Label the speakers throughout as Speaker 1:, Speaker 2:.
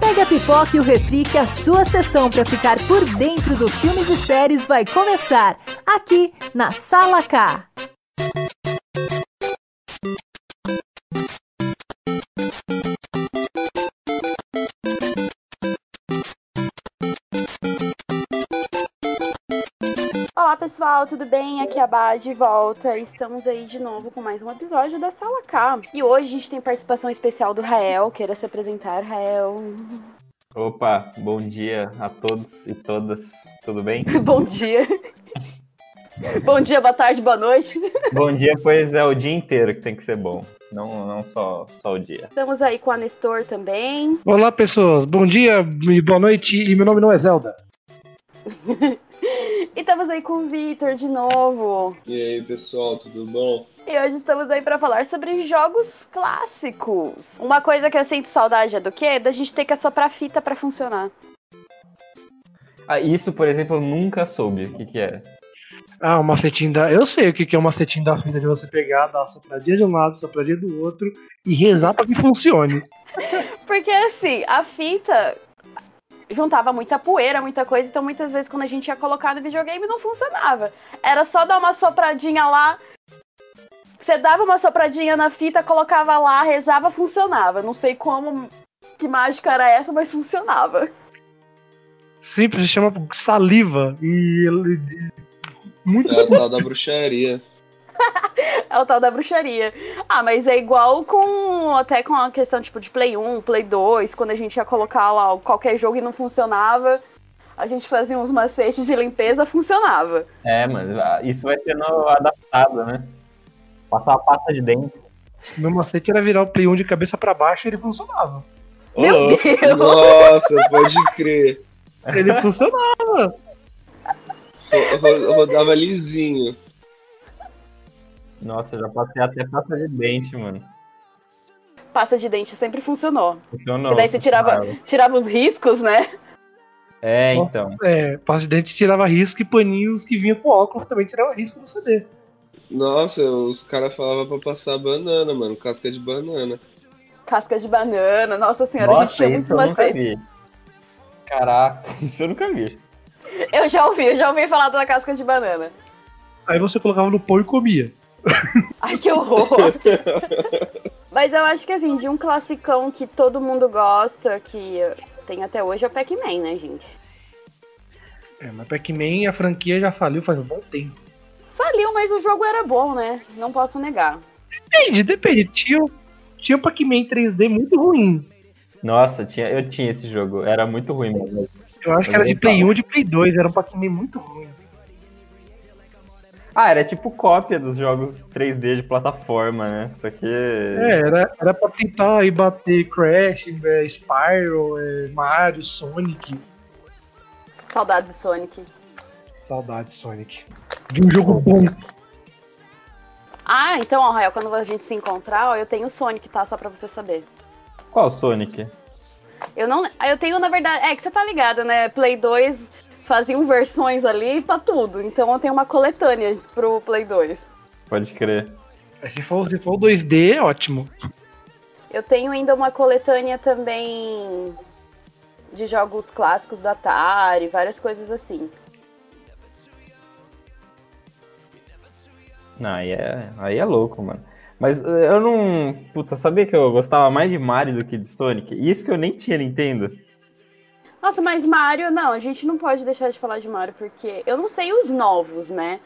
Speaker 1: Pegue a pipoca e o refri que a sua sessão para ficar por dentro dos filmes e séries vai começar aqui na Sala K.
Speaker 2: Olá pessoal, tudo bem? Aqui é a Bá de volta. Estamos aí de novo com mais um episódio da Sala K. E hoje a gente tem participação especial do Rael. Queira se apresentar, Rael.
Speaker 3: Opa, bom dia a todos e todas, tudo bem?
Speaker 2: Bom dia. bom dia, boa tarde, boa noite.
Speaker 3: bom dia, pois é o dia inteiro que tem que ser bom, não, não só, só o dia.
Speaker 2: Estamos aí com a Nestor também.
Speaker 4: Olá pessoas, bom dia e boa noite. E meu nome não é Zelda.
Speaker 2: E estamos aí com o Vitor de novo.
Speaker 5: E aí, pessoal, tudo bom?
Speaker 2: E hoje estamos aí para falar sobre jogos clássicos. Uma coisa que eu sinto saudade é do quê? Da gente ter que assoprar fita para funcionar.
Speaker 3: Ah, isso, por exemplo, eu nunca soube o que, que era.
Speaker 4: Ah, o macetinho da. Eu sei o que que é o macetinho da fita de você pegar, dar a sopradinha de um lado, sopradinha do outro e rezar para que funcione.
Speaker 2: Porque assim, a fita juntava muita poeira, muita coisa, então muitas vezes quando a gente ia colocar no videogame não funcionava. Era só dar uma sopradinha lá. Você dava uma sopradinha na fita, colocava lá, rezava, funcionava. Não sei como que mágica era essa, mas funcionava.
Speaker 4: Simples, se chama saliva e ele- muito
Speaker 5: É o tal da bruxaria.
Speaker 2: É o tal da bruxaria. Ah, mas é igual com até com a questão tipo de Play 1, Play 2, quando a gente ia colocar lá qualquer jogo e não funcionava, a gente fazia uns macetes de limpeza, funcionava.
Speaker 3: É, mas ah, isso vai sendo adaptado, né? Passar a pasta de dente.
Speaker 4: Meu macete era virar o Play 1 de cabeça para baixo e ele funcionava.
Speaker 3: Ô,
Speaker 2: Meu
Speaker 3: louco.
Speaker 2: Deus!
Speaker 5: Nossa, pode crer.
Speaker 4: Ele funcionava.
Speaker 5: Ro- ro- Rodava lisinho.
Speaker 3: Nossa, já passei até pasta de dente, mano.
Speaker 2: Pasta de dente sempre funcionou.
Speaker 3: Funcionou. Ah,
Speaker 2: Porque daí você tirava, tirava os riscos, né?
Speaker 3: É, então.
Speaker 4: É, pasta de dente tirava risco e paninhos que vinha com óculos também tirava risco do CD.
Speaker 5: Nossa, os caras falavam pra passar banana, mano. Casca de banana.
Speaker 2: Casca de banana, nossa senhora, a gente
Speaker 3: Nossa,
Speaker 2: tinha
Speaker 3: isso
Speaker 2: muito
Speaker 3: eu nunca
Speaker 2: macete.
Speaker 3: vi. Caraca, isso eu nunca vi.
Speaker 2: Eu já ouvi, eu já ouvi falar da casca de banana.
Speaker 4: Aí você colocava no pão e comia.
Speaker 2: Ai, que horror! Mas eu acho que assim, de um classicão que todo mundo gosta, que tem até hoje, é o Pac-Man, né, gente?
Speaker 4: É, mas Pac-Man a franquia já faliu faz um bom tempo.
Speaker 2: Faliu, mas o jogo era bom, né? Não posso negar.
Speaker 4: Depende, depende. Tinha, tinha um Pac-Man 3D muito ruim.
Speaker 3: Nossa, tinha, eu tinha esse jogo. Era muito ruim, mano.
Speaker 4: Eu acho que era de Play 1 e de Play 2, era um Pac-Man muito ruim.
Speaker 3: Ah, era tipo cópia dos jogos 3D de plataforma, né? Só que.
Speaker 4: É, era, era pra tentar aí bater Crash, é, Spyro, é, Mario, Sonic.
Speaker 2: Saudades de Sonic.
Speaker 4: Saudade, Sonic. De um jogo bom.
Speaker 2: Ah, então, ó, Rael, quando a gente se encontrar, ó, eu tenho o Sonic, tá? Só pra você saber.
Speaker 3: Qual Sonic?
Speaker 2: Eu não. ah, Eu tenho, na verdade. É que você tá ligado, né? Play 2 faziam versões ali pra tudo. Então eu tenho uma coletânea pro Play 2.
Speaker 3: Pode crer.
Speaker 4: é, Se for, se for 2D, ótimo.
Speaker 2: Eu tenho ainda uma coletânea também de jogos clássicos da Atari, várias coisas assim.
Speaker 3: Não, aí é, aí é louco, mano. Mas eh, eu não. Puta, sabia que eu gostava mais de Mario do que de Sonic? E Isso que eu nem tinha Nintendo.
Speaker 2: Nossa, mas Mario, não, a gente não pode deixar de falar de Mario, porque eu não sei os novos, né?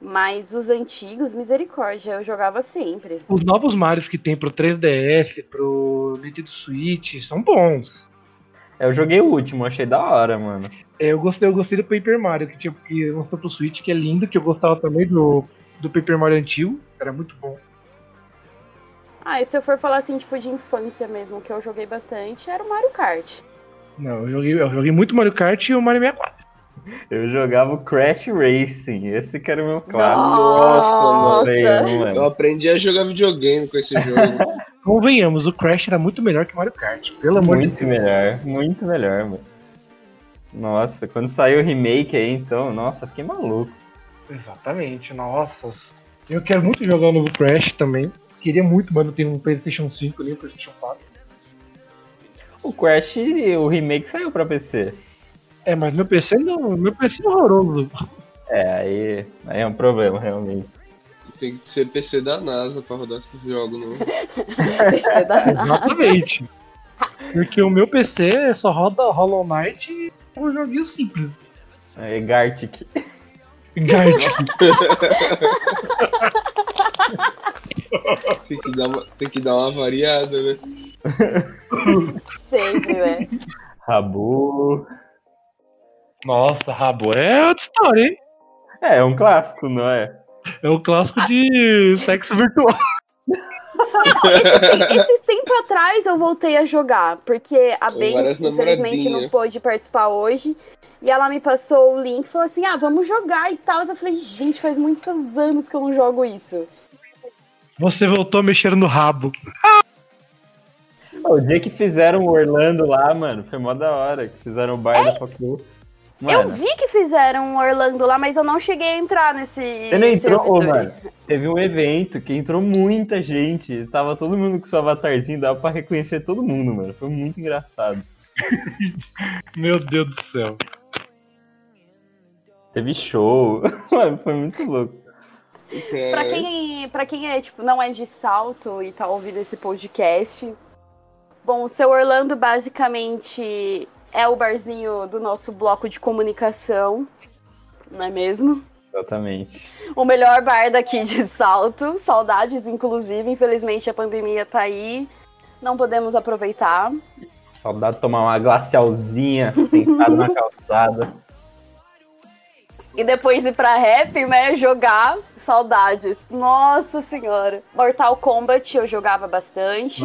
Speaker 2: Mas os antigos, misericórdia, eu jogava sempre.
Speaker 4: Os novos Marios que tem pro 3DS, pro Nintendo Switch, são bons.
Speaker 3: Eu joguei o último, achei da hora, mano.
Speaker 4: É, eu gostei, eu gostei do Paper Mario, que, tinha, que lançou pro Switch, que é lindo, que eu gostava também do, do Paper Mario antigo, era muito bom.
Speaker 2: Ah, e se eu for falar assim, tipo, de infância mesmo, que eu joguei bastante, era o Mario Kart.
Speaker 4: Não, eu joguei, eu joguei muito Mario Kart e o Mario 64.
Speaker 3: Eu jogava o Crash Racing. Esse que era o meu clássico.
Speaker 5: Nossa,
Speaker 2: Nossa.
Speaker 3: Veio,
Speaker 5: Eu
Speaker 3: mano.
Speaker 5: aprendi a jogar videogame com esse jogo.
Speaker 4: Convenhamos, o Crash era muito melhor que o Mario Kart, pelo amor de Deus.
Speaker 3: Muito melhor, muito melhor, mano. Nossa, quando saiu o remake aí, então, nossa, fiquei maluco.
Speaker 4: Exatamente, nossa. Eu quero muito jogar o novo Crash também. Queria muito, mas não tenho um PlayStation 5 nem um PlayStation 4.
Speaker 3: O Crash, o remake saiu pra PC.
Speaker 4: É, mas meu PC não. Meu PC é horroroso.
Speaker 3: É, aí, aí é um problema, realmente.
Speaker 5: Tem que ser PC da NASA pra rodar esses jogos, né? não.
Speaker 2: PC da NASA.
Speaker 4: Exatamente. Porque o meu PC só roda Hollow Knight e um joguinho simples.
Speaker 3: É Gartic.
Speaker 4: Guide.
Speaker 5: Tem que dar uma, tem que dar uma variada, né?
Speaker 2: Sempre, né? velho.
Speaker 3: Rabu.
Speaker 4: Nossa, rabo. É outra história, hein?
Speaker 3: É, é um clássico, não é?
Speaker 4: É o clássico de sexo virtual.
Speaker 2: Esse- Esses tempos atrás eu voltei a jogar, porque a Ben
Speaker 5: várias
Speaker 2: infelizmente não
Speaker 5: namoradinhas.
Speaker 2: pôde participar hoje. E ela me passou o link e falou assim: ah, vamos jogar e tal. Eu falei, gente, faz muitos anos que eu não jogo isso.
Speaker 4: Você voltou a mexer no rabo.
Speaker 3: O dia que fizeram o Orlando lá, mano, foi mó da hora. Que fizeram o bar da Facu.
Speaker 2: É? Eu
Speaker 3: Mano,
Speaker 2: vi que fizeram o Orlando lá, mas eu não cheguei a entrar nesse.
Speaker 3: você não entrou, ô,
Speaker 2: servidor.
Speaker 3: mano. Teve um evento que entrou muita gente. Tava todo mundo com seu avatarzinho, dava pra reconhecer todo mundo, mano. Foi muito engraçado.
Speaker 4: Meu Deus do céu.
Speaker 3: Teve show. Mano, foi muito louco.
Speaker 2: Pra
Speaker 5: É,
Speaker 2: quem, pra quem é, tipo, não é de salto e tá ouvindo esse podcast, bom, o seu Orlando basicamente é o barzinho do nosso bloco de comunicação, não é mesmo?
Speaker 3: Exatamente.
Speaker 2: O melhor bar daqui de salto. Saudades, inclusive. Infelizmente a pandemia tá aí. Não podemos aproveitar.
Speaker 3: Saudade de tomar uma glacialzinha sentado na calçada.
Speaker 2: E depois ir pra rap, né? Jogar. Saudades. Nossa senhora. Mortal Kombat eu jogava bastante.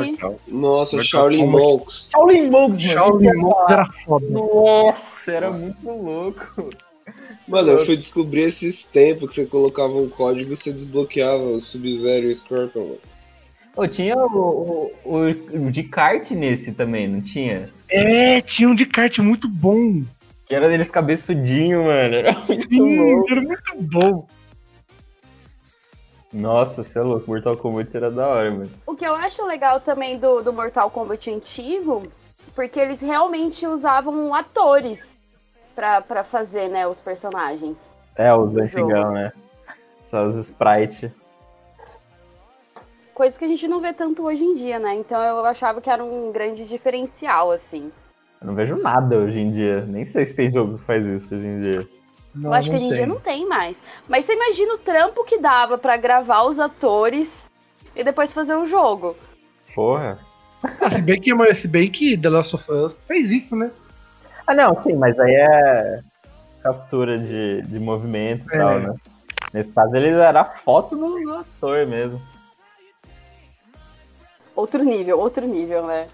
Speaker 5: Nossa,
Speaker 4: Mortal
Speaker 5: Charlie
Speaker 4: Kombat.
Speaker 5: Monks.
Speaker 3: Shaolin
Speaker 4: Uhum.
Speaker 3: Monks,
Speaker 4: Shaolin Monks era foda.
Speaker 3: Nossa, era muito louco.
Speaker 5: Mano, eu fui descobrir esses tempos que você colocava um código e você desbloqueava o Sub-Zero e o Scorpion, mano.
Speaker 3: Ô, tinha o, o- o- o de kart nesse também, não tinha?
Speaker 4: É, tinha um de kart muito bom.
Speaker 3: Que era deles cabeçudinho, mano. Era muito
Speaker 4: Sim,
Speaker 3: louco.
Speaker 4: era muito bom.
Speaker 3: Nossa, você é louco. Mortal Kombat era da hora, mano.
Speaker 2: O que eu acho legal também do, do Mortal Kombat antigo, porque eles realmente usavam atores pra, pra fazer, né, os personagens.
Speaker 3: É, os
Speaker 2: Jogo.
Speaker 3: antigão, né? Só os sprites.
Speaker 2: Coisa que a gente não vê tanto hoje em dia, né? Então eu achava que era um grande diferencial, assim.
Speaker 3: Eu não vejo nada hoje em dia. Nem sei se tem jogo que faz isso hoje em dia.
Speaker 4: Não,
Speaker 2: eu acho que
Speaker 4: não
Speaker 2: hoje em dia
Speaker 4: tem.
Speaker 2: não tem mais. Mas você imagina o trampo que dava pra gravar os atores e depois fazer o jogo.
Speaker 3: Porra.
Speaker 4: Ah, se, bem que, mas se bem que The Last of Us fez isso, né?
Speaker 3: Ah, não, sim, mas aí é captura de, de movimento e
Speaker 4: É.
Speaker 3: tal, né? Nesse caso, ele era a foto do, do ator mesmo.
Speaker 2: Outro nível, outro nível, né?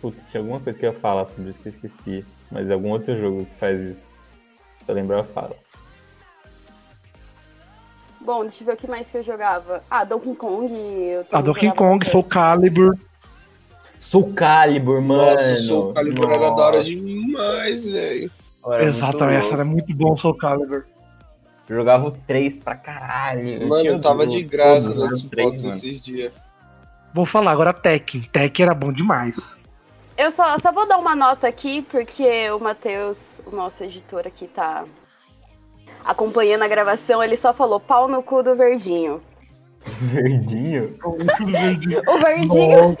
Speaker 3: Puta, tinha alguma coisa que eu ia falar sobre isso que eu esqueci. Mas é algum outro jogo que faz isso. Se eu lembrar, eu falo.
Speaker 2: Bom, deixa eu ver o que mais que eu jogava. Ah, Donkey Kong. Eu
Speaker 4: A
Speaker 2: também
Speaker 4: Ah, Donkey
Speaker 2: jogava
Speaker 4: Kong,
Speaker 2: bastante.
Speaker 4: Soul Calibur.
Speaker 3: Soul Calibur, mano.
Speaker 5: Nossa, o Soul Calibur era da hora
Speaker 3: É, Nossa,
Speaker 5: demais, velho.
Speaker 3: era muito
Speaker 4: Exatamente,
Speaker 3: louco.
Speaker 4: era muito bom Soul Calibur.
Speaker 3: Eu jogava o 3 pra caralho. Eu
Speaker 5: Mano,
Speaker 3: tinha
Speaker 5: eu tava
Speaker 3: o-
Speaker 5: de graça assim.
Speaker 3: todos, né,
Speaker 5: no
Speaker 3: o três,
Speaker 5: Xbox
Speaker 3: mano.
Speaker 5: esses dias.
Speaker 4: Vou falar agora Tekken. Tekken era bom demais.
Speaker 2: Eu só, só vou dar uma nota aqui, porque o Matheus, o nosso editor aqui, tá acompanhando a gravação. Ele só falou pau no cu do Verdinho.
Speaker 3: Verdinho?
Speaker 2: O Verdinho,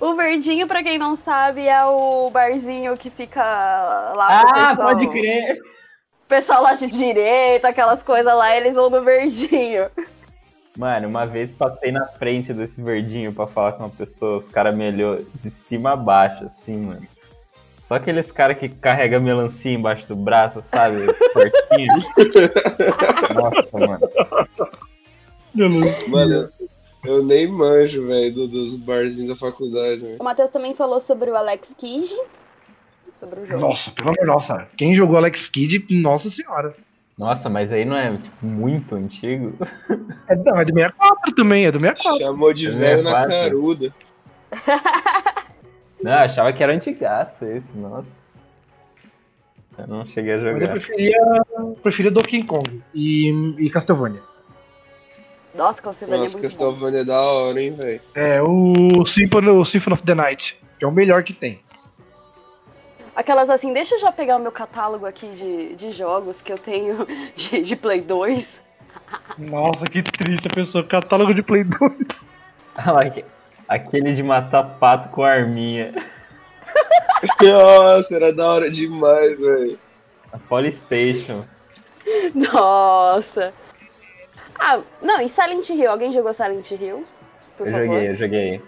Speaker 2: o Verdinho pra quem não sabe, é o barzinho que fica lá pro
Speaker 3: Ah,
Speaker 2: pessoal.
Speaker 3: pode crer.
Speaker 2: O pessoal lá de direita, aquelas coisas lá, eles vão no Verdinho.
Speaker 3: Mano, uma vez passei na frente desse verdinho pra falar com uma pessoa, os caras me olhou de cima a baixo, assim, mano. Só aqueles caras que carrega melancia embaixo do braço, sabe? Fortinho. Nossa, mano.
Speaker 5: Mano, eu nem manjo, velho, do- dos barzinhos da faculdade, velho.
Speaker 2: O Matheus também falou sobre o Alex Kidd. Sobre o jogo.
Speaker 4: Nossa, pelo amor de Deus, cara. Quem jogou Alex Kidd, nossa senhora.
Speaker 3: Nossa, mas aí não é tipo, muito antigo?
Speaker 4: É, não, é do 64 também, é do 64.
Speaker 5: Chamou de
Speaker 3: É,
Speaker 5: velho na
Speaker 3: quase.
Speaker 5: caruda.
Speaker 3: Não, eu achava que era antigaço esse, nossa. Eu não cheguei a
Speaker 4: Mas eu
Speaker 3: jogar.
Speaker 4: preferia, preferia Donkey Kong e, e Castlevania.
Speaker 2: Nossa, Castlevania é
Speaker 5: Nossa,
Speaker 2: muito bom.
Speaker 5: Castlevania é da hora, hein, velho.
Speaker 4: É o Symphony, o Symphony of the Night, que é o melhor que tem.
Speaker 2: Aquelas assim, deixa eu já pegar o meu catálogo aqui de, de jogos que eu tenho de, de Play 2.
Speaker 4: Nossa, que triste a pessoa. Catálogo de Play 2.
Speaker 3: Olha lá, aque- Aquele de matar pato com arminha.
Speaker 5: Nossa, era da hora demais, velho.
Speaker 3: A Polystation.
Speaker 2: Nossa. Ah, não, e Silent Hill? Alguém jogou Silent Hill? Por
Speaker 3: Eu
Speaker 2: favor.
Speaker 3: joguei, eu joguei.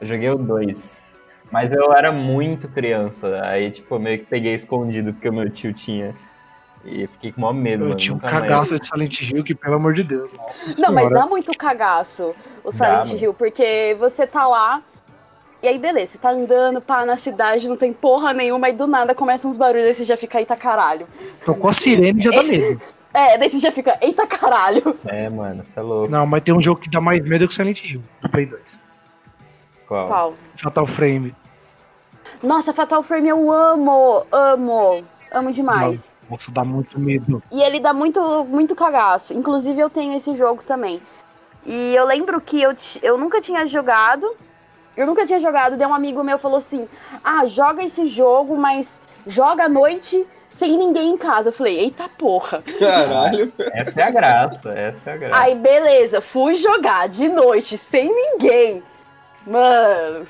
Speaker 3: Eu joguei o 2. Mas eu era muito criança. Aí, tipo, eu meio que peguei escondido porque o meu tio tinha. E fiquei com o maior medo,
Speaker 4: Eu
Speaker 3: mano.
Speaker 4: tinha um
Speaker 3: nunca mais.
Speaker 4: cagaço de Silent Hill que, pelo amor de Deus. Nossa
Speaker 2: Não, mas
Speaker 4: senhora.
Speaker 2: dá muito cagaço o
Speaker 3: Dá,
Speaker 2: Silent
Speaker 3: mano.
Speaker 2: Hill, porque você tá lá. E aí, beleza, você tá andando, pá, na cidade, não tem porra nenhuma, aí do nada começam uns barulhos, aí você já fica, eita caralho.
Speaker 4: Tocou a sirene e já dá medo.
Speaker 2: É, daí você já fica, eita caralho.
Speaker 3: É, mano, você é louco.
Speaker 4: Não, mas tem um jogo que dá mais medo que Silent Hill, do Play 2.
Speaker 3: Qual?
Speaker 2: Pau.
Speaker 4: Fatal Frame.
Speaker 2: Nossa, Fatal Frame eu amo, amo, amo demais.
Speaker 4: Nossa, dá muito medo.
Speaker 2: E ele dá muito, muito cagaço. Inclusive, eu tenho esse jogo também. E eu lembro que eu, ti- eu nunca tinha jogado. Eu nunca tinha jogado. Daí um amigo meu falou assim: Ah, joga esse jogo, mas joga à noite sem ninguém em casa. Eu falei: Eita porra.
Speaker 5: Caralho.
Speaker 3: Essa é a graça, essa é a graça.
Speaker 2: Aí, beleza, fui jogar de noite sem ninguém. Mano,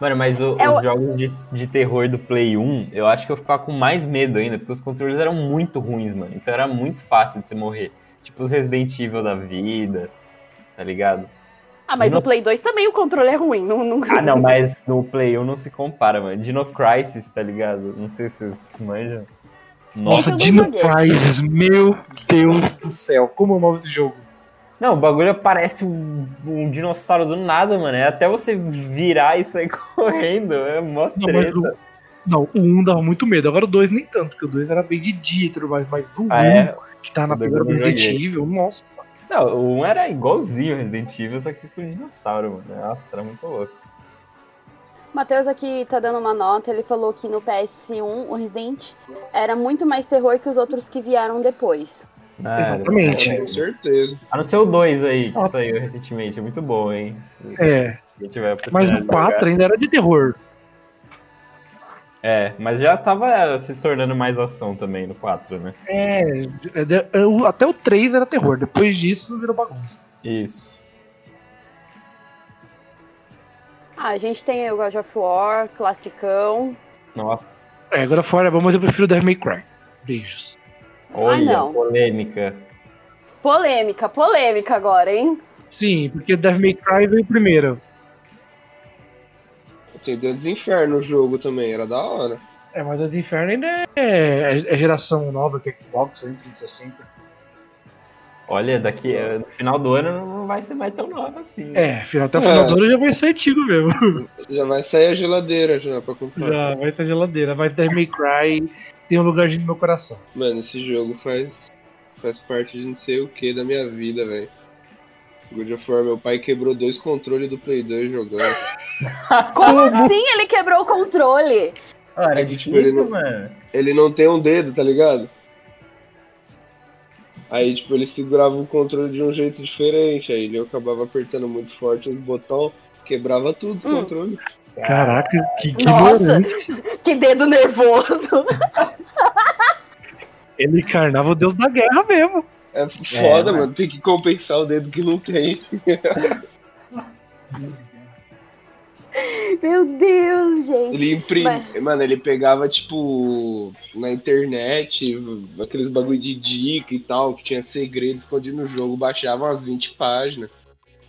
Speaker 3: Mano, mas o-
Speaker 2: É
Speaker 3: os
Speaker 2: o-
Speaker 3: jogos de, de terror do Play 1, eu acho que eu ficava com mais medo ainda, porque os controles eram muito ruins, mano. Então era muito fácil de você morrer. Tipo os Resident Evil da vida, tá ligado?
Speaker 2: ah, mas
Speaker 3: Não.
Speaker 2: o Play 2 também o controle é ruim. Não, não...
Speaker 3: Ah, não, mas no Play 1 não se compara, mano. Dino Crisis, tá ligado? Não sei se vocês manjam. Nossa.
Speaker 2: Esse eu
Speaker 4: Nossa,
Speaker 2: não
Speaker 4: Dino
Speaker 2: joguei.
Speaker 4: Crisis, meu Deus do céu. Como eu amo esse jogo.
Speaker 3: Não, o bagulho parece um, um dinossauro do nada, mano. É até você virar e sair correndo. É mó
Speaker 4: Não, mas
Speaker 3: treta.
Speaker 4: o, não, o 1 dava muito medo. Agora o 2 nem tanto, porque o 2 era bem de dia e tudo mais. Mas o 1,
Speaker 3: Ah, é?
Speaker 4: que tá na
Speaker 3: O dois
Speaker 4: primeira
Speaker 3: eu
Speaker 4: do
Speaker 3: não
Speaker 4: Resident
Speaker 3: joguei.
Speaker 4: Evil, nossa.
Speaker 3: Não, o 1 era igualzinho o Resident Evil, só que com dinossauro, mano. Nossa, era muito louco.
Speaker 2: Matheus aqui tá dando uma nota, ele falou que no PS1 o Resident era muito mais terror que os outros que vieram depois.
Speaker 3: Ah,
Speaker 4: Exatamente. Ah.
Speaker 3: é.
Speaker 5: Com certeza.
Speaker 3: A não ser o 2 aí, que saiu recentemente. É muito bom, hein? Se
Speaker 4: É,
Speaker 3: eu tiver a oportunidade
Speaker 4: mas
Speaker 3: de
Speaker 4: no
Speaker 3: jogar.
Speaker 4: 4 ainda era de terror.
Speaker 3: É, mas já tava se tornando mais ação também no 4, né?
Speaker 4: É, é de- é, o- até o 3 era terror. Depois disso virou bagunça.
Speaker 3: Isso.
Speaker 2: Ah, a gente tem o God of War, classicão.
Speaker 3: Nossa.
Speaker 4: É, agora fora, bom, mas eu prefiro Devil May Cry. Beijos.
Speaker 3: Olha,
Speaker 2: não.
Speaker 3: polêmica.
Speaker 2: Polêmica, polêmica agora, hein?
Speaker 4: Sim, porque Devil May Cry veio primeiro.
Speaker 5: Tem Dantes Inferno o jogo também, era da hora.
Speaker 4: É, mas o Inferno ainda é, é- é geração nova que é Xbox, né, 360.
Speaker 3: Olha, daqui eh, no final do ano não vai ser mais tão nova assim. né?
Speaker 4: É, final, até o final do ano já vai ser antigo mesmo.
Speaker 5: Já vai sair a geladeira já pra comprar.
Speaker 4: Já, vai ter geladeira, vai ter May Cry, tem um lugarzinho no meu coração.
Speaker 5: Mano, esse jogo faz, faz parte de não sei o que da minha vida, velho. God of War, meu pai quebrou dois controles do Play 2 jogando.
Speaker 2: Como assim ele quebrou o controle?
Speaker 3: Ah, era
Speaker 5: É que, tipo, ele
Speaker 3: difícil,
Speaker 5: não-
Speaker 3: mano.
Speaker 5: Ele não tem um dedo, tá ligado? Aí, tipo, ele segurava o controle de um jeito diferente. Aí ele acabava apertando muito forte os botões, quebrava tudo os
Speaker 2: Hum.
Speaker 5: controles.
Speaker 4: Caraca, que
Speaker 2: Nossa.
Speaker 4: ignorante.
Speaker 2: Que dedo nervoso!
Speaker 4: Ele encarnava o deus da guerra mesmo.
Speaker 5: É foda,
Speaker 3: mano.
Speaker 5: mano. Tem que compensar o dedo que não tem.
Speaker 2: Meu Deus, gente.
Speaker 5: Ele imprim...
Speaker 2: Mas-
Speaker 5: Mano, ele pegava, tipo, na internet, aqueles bagulho de dica e tal, que tinha segredo escondido no jogo, baixava umas 20 páginas,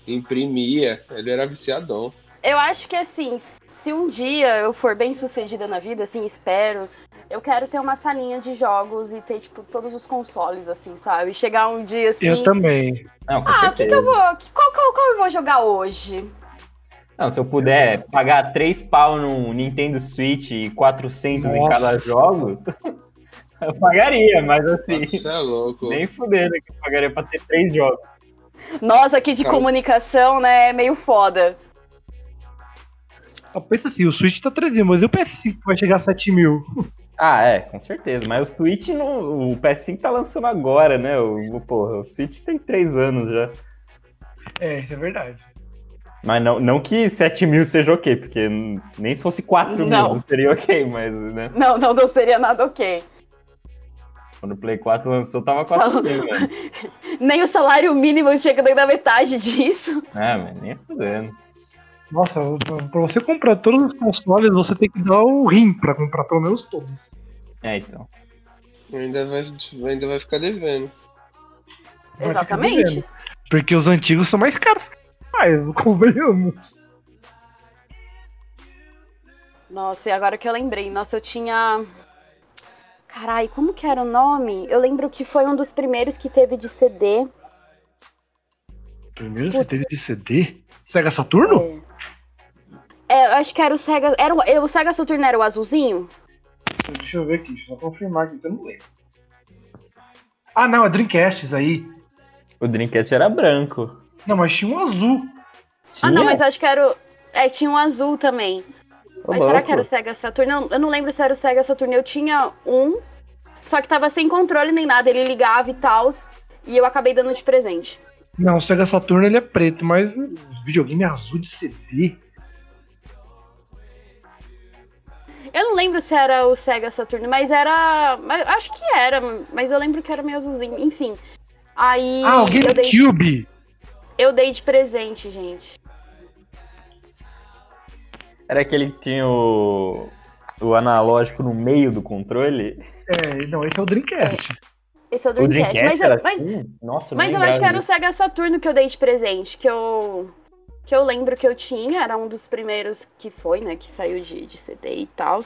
Speaker 5: imprimia, ele era viciadão.
Speaker 2: Eu acho que assim, se um dia eu for bem sucedida na vida, assim, espero, eu quero ter uma salinha de jogos e ter, tipo, todos os consoles, assim, sabe? Chegar um dia assim.
Speaker 4: Eu também.
Speaker 3: Não, com
Speaker 2: Ah, o que, que
Speaker 3: certeza.
Speaker 2: eu vou. que- Qual, qual, qual eu vou jogar hoje?
Speaker 3: Não, se eu puder pagar 3 pau num Nintendo Switch e 400 em
Speaker 4: Nossa.
Speaker 3: cada jogo, eu pagaria, mas assim,
Speaker 5: Isso é louco.
Speaker 3: nem fudendo que eu pagaria pra ter 3 jogos.
Speaker 2: Nós aqui de
Speaker 5: Cara.
Speaker 2: comunicação, né, é meio foda.
Speaker 4: assim Ah, Pensa assim, o Switch tá 3 mil, mas e o PS5 que vai chegar a 7 mil?
Speaker 3: Ah, é, com certeza. Mas o Switch, não, o PS5 tá lançando agora, né? O, porra, o Switch tem três anos já.
Speaker 4: É, isso é verdade.
Speaker 3: Mas não, não que 7 mil seja ok, porque nem se fosse 4 mil
Speaker 2: Não.
Speaker 3: não seria ok, mas, né?
Speaker 2: Não, não, não seria nada ok.
Speaker 3: Quando o Play 4 lançou, tava
Speaker 2: Só-
Speaker 3: 4 mil, né?
Speaker 2: Nem o salário mínimo chega nem na metade disso.
Speaker 3: Ah, mas nem fudendo.
Speaker 4: Nossa, pra você comprar todos os consoles, você tem que dar o rim pra comprar pelo menos todos.
Speaker 3: É, então.
Speaker 5: Ainda vai, ainda vai ficar devendo.
Speaker 4: Vai ficar
Speaker 2: Exatamente.
Speaker 4: devendo. Porque os antigos são mais caros. Ah, Mas, convenhamos.
Speaker 2: Nossa, e agora que eu lembrei, nossa, eu tinha. Carai, como que era o nome? Eu lembro que foi um dos primeiros que teve de CD.
Speaker 4: Primeiro
Speaker 2: Putz.
Speaker 4: você teve de CD? Sega Saturno?
Speaker 2: É, eu acho que era o Sega. Era o, é, o Sega Saturn era o azulzinho?
Speaker 4: Deixa eu ver aqui, deixa eu só confirmar aqui, que eu não lembro. Ah, não, é Dreamcast isso aí.
Speaker 3: O Dreamcast era branco.
Speaker 4: Não, mas tinha um azul.
Speaker 2: Ah, não,
Speaker 3: Tinha?
Speaker 2: mas eu acho que era o. É, tinha um azul também.
Speaker 3: Ô,
Speaker 2: mas será
Speaker 3: louco.
Speaker 2: que era o Sega Saturn? Não, eu não lembro se era o Sega Saturn. Eu tinha um, só que tava sem controle nem nada. Ele ligava e tal. E eu acabei dando de presente.
Speaker 4: Não, o Sega Saturno ele é preto, mas o videogame é azul de CD.
Speaker 2: Eu não lembro se era o Sega Saturn, mas era. Mas, acho que era, mas eu lembro que era meio azulzinho. Enfim. Aí.
Speaker 4: Ah, o
Speaker 2: eu, dei,
Speaker 4: GameCube!
Speaker 2: eu dei de presente, gente.
Speaker 3: Era aquele que tinha o, o analógico no meio do controle?
Speaker 4: É, não, esse é o Dreamcast.
Speaker 2: Esse é o
Speaker 3: O
Speaker 2: Dreamcast.
Speaker 3: Dreamcast
Speaker 2: mas eu-
Speaker 3: era
Speaker 2: mas-
Speaker 3: assim? Nossa, não
Speaker 2: Mas eu
Speaker 3: lembrava
Speaker 2: acho que era o
Speaker 3: disso.
Speaker 2: Sega Saturno que eu dei de presente, que eu que eu lembro que eu tinha, era um dos primeiros que foi, né, que saiu de, de CD e tal.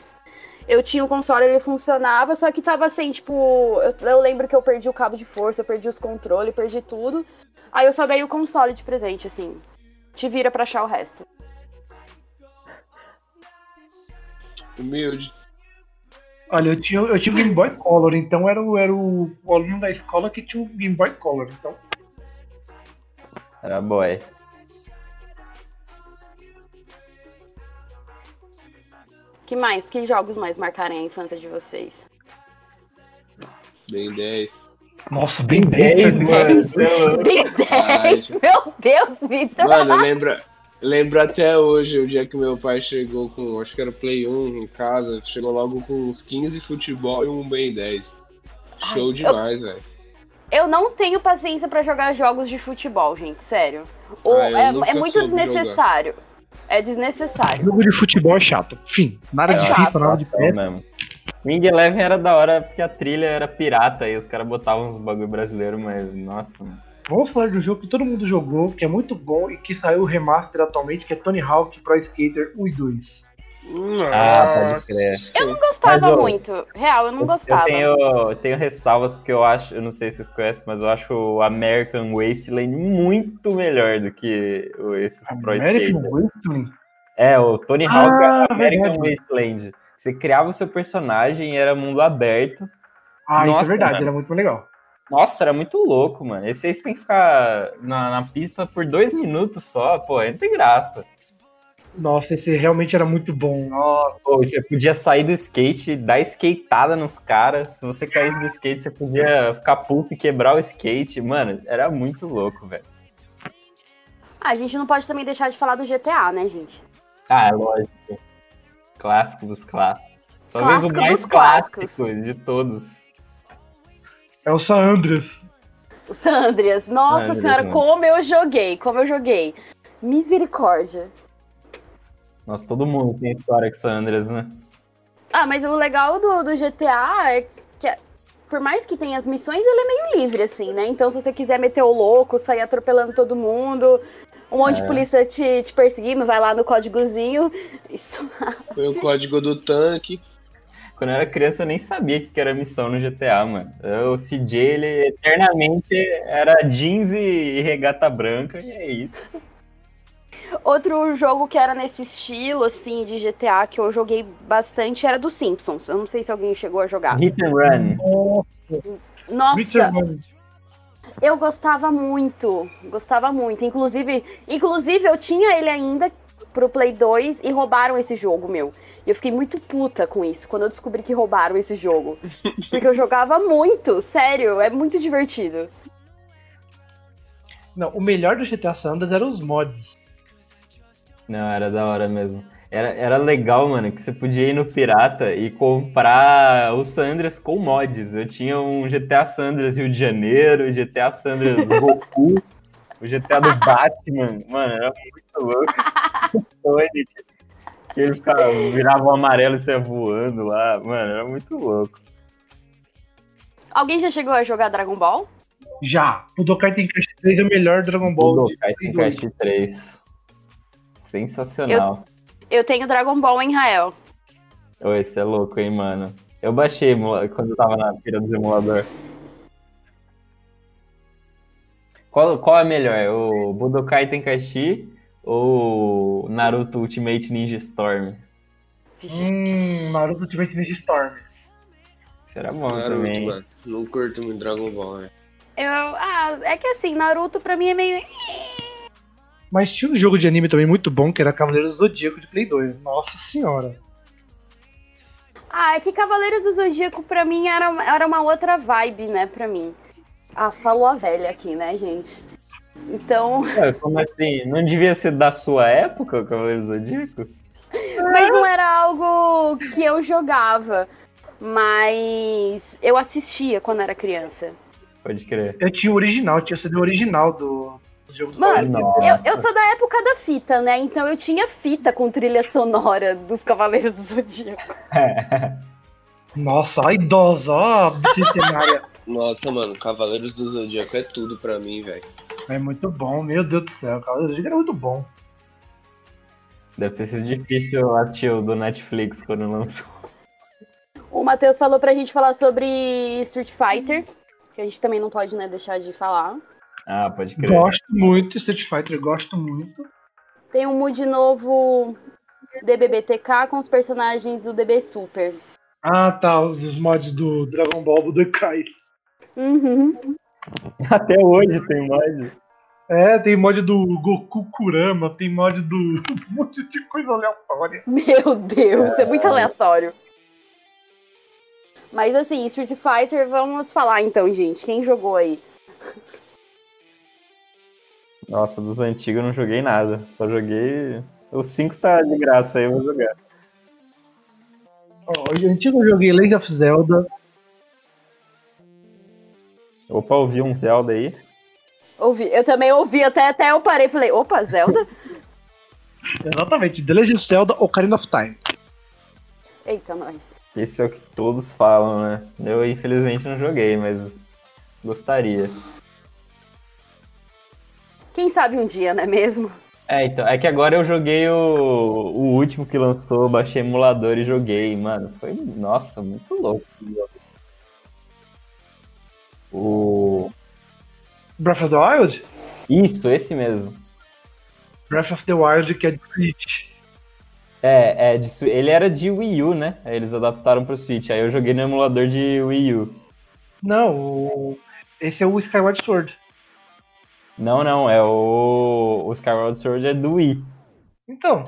Speaker 2: Eu tinha o console, ele funcionava, só que tava assim, tipo, eu, eu lembro que eu perdi o cabo de força, eu perdi os controles, perdi tudo. Aí eu só dei o console de presente, assim. Te vira pra achar o resto.
Speaker 5: Humilde.
Speaker 4: Olha, eu tinha, eu tinha o Game Boy Color, então era o, era o, o aluno da escola que tinha o Game Boy Color. Então,
Speaker 3: Era boy.
Speaker 2: Que mais? Que jogos mais marcaram a infância de vocês?
Speaker 5: Bem 10.
Speaker 4: nossa, bem
Speaker 3: Ei,
Speaker 4: 10, mano.
Speaker 3: mano.
Speaker 2: Bem 10! Meu Deus, Vitor!
Speaker 5: Mano, eu lembro, lembro até hoje o dia que meu pai chegou com, acho que era Play 1 em casa, chegou logo com uns 15 futebol e um bem 10. Show demais, velho.
Speaker 2: Eu não tenho paciência pra jogar jogos de futebol, gente, sério. O-
Speaker 5: Ah, eu nunca
Speaker 2: é, é muito
Speaker 5: soube
Speaker 2: desnecessário. É desnecessário.
Speaker 4: Jogo de futebol é chato. Fim, nada
Speaker 2: É
Speaker 4: de
Speaker 2: chato.
Speaker 4: FIFA, nada de
Speaker 3: Então,
Speaker 4: PS.
Speaker 3: mesmo. Wing Eleven era da hora porque a trilha era pirata e os caras botavam uns bagulho brasileiro, mas nossa, mano.
Speaker 4: Vamos falar de um jogo que todo mundo jogou, que é muito bom e que saiu o remaster atualmente, que é Tony Hawk Pro Skater 1 e 2.
Speaker 3: Ah, pode crer.
Speaker 5: Eu
Speaker 2: Não gostava
Speaker 3: Mas, ô,
Speaker 2: muito. Real, eu não
Speaker 3: Eu-
Speaker 2: gostava.
Speaker 3: Eu tenho, eu tenho ressalvas porque eu acho, eu não sei se vocês conhecem, mas eu acho o American Wasteland muito melhor do que o- esses É Pro Skater.
Speaker 4: American Wasteland?
Speaker 3: É, o Tony Hawk
Speaker 4: Ah,
Speaker 3: American
Speaker 4: verdade.
Speaker 3: Wasteland. Você criava o seu personagem e era mundo aberto.
Speaker 4: Ah, isso é
Speaker 3: Nossa,
Speaker 4: verdade,
Speaker 3: mano.
Speaker 4: era muito legal.
Speaker 3: Nossa, era muito louco, mano. Esse aí você tem que ficar na, na pista por dois minutos só, pô, aí não tem graça.
Speaker 4: Nossa, esse realmente era muito bom. Nossa,
Speaker 3: Pô, você podia sair do skate, dar skateada nos caras. Se você caísse do skate, você podia ficar puto e quebrar o skate. Mano, era muito louco, velho.
Speaker 2: Ah, a gente não pode também deixar de falar do GTA, né, gente?
Speaker 3: Ah, é lógico. Clássico dos clássicos. Talvez
Speaker 2: Clássico
Speaker 3: o mais
Speaker 2: dos
Speaker 3: clássico
Speaker 2: clássicos.
Speaker 3: de todos.
Speaker 4: é o San Andreas.
Speaker 2: O Sandrias, nossa
Speaker 3: Andreas,
Speaker 2: senhora,
Speaker 3: mano.
Speaker 2: como eu joguei, como eu joguei. Misericórdia.
Speaker 3: Nossa, todo mundo tem história com San Andreas, né?
Speaker 2: Ah, mas o legal do, do GTA é que, que é- por mais que tenha as missões, ele é meio livre, assim, né? Então, se você quiser meter o louco, sair atropelando todo mundo, um monte de polícia te, te perseguindo, vai lá no códigozinho. Isso.
Speaker 5: Foi o código do tanque.
Speaker 3: Quando eu era criança, eu nem sabia o que que era missão no GTA, mano. Eu, O CJ, ele eternamente era jeans e regata branca, e é isso.
Speaker 2: Outro jogo que era nesse estilo, assim, de GTA, que eu joguei bastante, era do Simpsons. Eu não sei se alguém chegou a jogar.
Speaker 3: Hit and Run.
Speaker 4: Nossa,
Speaker 2: Nossa,
Speaker 4: Richard Mano.
Speaker 2: eu gostava muito. Gostava muito. Inclusive, inclusive eu tinha ele ainda. pro Play 2 e roubaram esse jogo meu. E eu fiquei muito puta com isso, quando eu descobri que roubaram esse jogo. Porque eu jogava muito, sério, é muito divertido.
Speaker 4: Não, o melhor do GTA San Andreas eram os mods.
Speaker 3: Não, era da hora mesmo. Era, era legal, mano, que você podia ir no Pirata e comprar o Sandras com mods. Eu tinha um GTA Sandras Rio de Janeiro, GTA Sandras Goku, o GTA do Batman. Mano, era muito louco. O Sonic, que ele ficava, virava o amarelo e saia voando lá. Mano, era muito louco.
Speaker 2: Alguém já chegou a jogar Dragon Ball?
Speaker 4: Já, o Dokai Tenkaichi 3 é o melhor Dragon Ball. de
Speaker 3: Budokai
Speaker 4: Play dois.
Speaker 3: Tenkaichi 3. Sensacional.
Speaker 2: Eu tenho Dragon Ball em Israel.
Speaker 3: Ô, esse é louco, hein, mano. Eu baixei mo- quando eu tava na feira do emulador. Qual, qual é melhor? O Budokai Tenkaichi ou o Naruto Ultimate Ninja Storm?
Speaker 4: Hum, Naruto Ultimate Ninja Storm.
Speaker 3: Isso era bom
Speaker 5: Naruto,
Speaker 3: também.
Speaker 5: mano. Não curto muito Dragon Ball, né?
Speaker 2: Eu, ah, é que assim, Naruto pra mim é meio.
Speaker 4: Mas tinha um jogo de anime também muito bom, que era Cavaleiros do Zodíaco de Play 2. Nossa senhora.
Speaker 2: Ah, é que Cavaleiros do Zodíaco pra mim era, era uma outra vibe, né, pra mim. Ah, falou a velha aqui, né, gente? Então,
Speaker 3: Ué, como assim? Não devia ser da sua época o Cavaleiro Zodíaco?
Speaker 2: mas não era algo que eu jogava. Mas eu assistia quando era criança.
Speaker 3: Pode crer.
Speaker 4: Eu tinha o original, tinha o CD original do, do jogo do
Speaker 2: Mano,
Speaker 3: Nossa.
Speaker 2: Eu, eu sou da época da fita, né? Então eu tinha fita com trilha sonora dos Cavaleiros do Zodíaco.
Speaker 4: Nossa, ó, idosa, ó, bicentenária.
Speaker 5: Nossa, mano, Cavaleiros do Zodíaco é tudo pra mim, velho.
Speaker 4: é muito bom, meu Deus do céu. Cavaleiros do Zodíaco era muito bom.
Speaker 3: Deve ter sido difícil assistir o do Netflix quando lançou.
Speaker 2: O Matheus falou pra gente falar sobre Street Fighter, que a gente também não pode né, deixar de falar.
Speaker 3: Ah, pode crer.
Speaker 4: Gosto muito de Street Fighter, gosto muito.
Speaker 2: Tem um mood novo DBBTK com os personagens do DB Super.
Speaker 4: Ah, tá, os, os mods do Dragon Ball Budokai.
Speaker 2: Uhum.
Speaker 3: Até hoje tem mod.
Speaker 4: É, tem mod do Goku Kurama, tem mod do um monte de coisa aleatória.
Speaker 2: Meu Deus, é muito aleatório. Mas assim, Street Fighter, vamos falar então, gente. Quem jogou aí?
Speaker 3: Nossa, dos antigos eu não joguei nada. Só joguei. O 5 tá de graça aí, eu vou jogar.
Speaker 4: Ó, eu antigo joguei Legend of Zelda,
Speaker 3: Opa, ouvi um Zelda aí.
Speaker 2: Ouvi, eu também ouvi, até, até eu parei e falei, opa, Zelda?
Speaker 4: exatamente, The Legend of Zelda Ocarina of Time.
Speaker 2: Eita, nós.
Speaker 3: Esse é o que todos falam, né? Eu infelizmente não joguei, mas gostaria.
Speaker 2: Quem sabe um dia, não é mesmo?
Speaker 3: É, então, é que agora eu joguei o, o último que lançou, baixei emulador e joguei, mano. Foi, nossa, muito louco. esse jogo. O...
Speaker 4: Breath of the Wild?
Speaker 3: Isso, esse mesmo.
Speaker 4: Breath of the Wild, que é de Switch.
Speaker 3: É, é de Swi- ele era de Wii U, né? Aí Eles adaptaram pro Switch. Aí eu joguei no emulador de Wii U.
Speaker 4: Não, o- esse é o Skyward Sword.
Speaker 3: Não, não, é o, o Skyward Sword é do Wii.
Speaker 4: Então,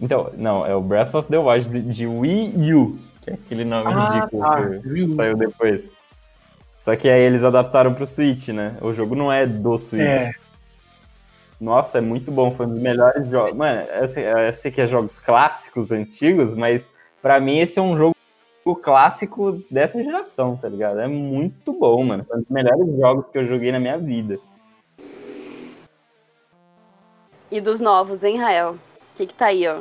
Speaker 3: Então, não, é o Breath of the Wild de, de Wii U, que é aquele nome
Speaker 4: Ah,
Speaker 3: ridículo
Speaker 4: tá, Wii
Speaker 3: que
Speaker 4: U.
Speaker 3: saiu depois. Só que aí eles adaptaram pro Switch, né? O jogo não é do Switch.
Speaker 4: É.
Speaker 3: Nossa, é muito bom, foi um dos melhores jogos. Mano, eu sei, eu sei que é jogos clássicos, antigos, mas pra mim esse é um jogo clássico dessa geração, tá ligado? É muito bom, mano. Foi um dos melhores jogos que eu joguei na minha vida.
Speaker 2: E dos novos, hein, Rael? O que que tá aí, ó?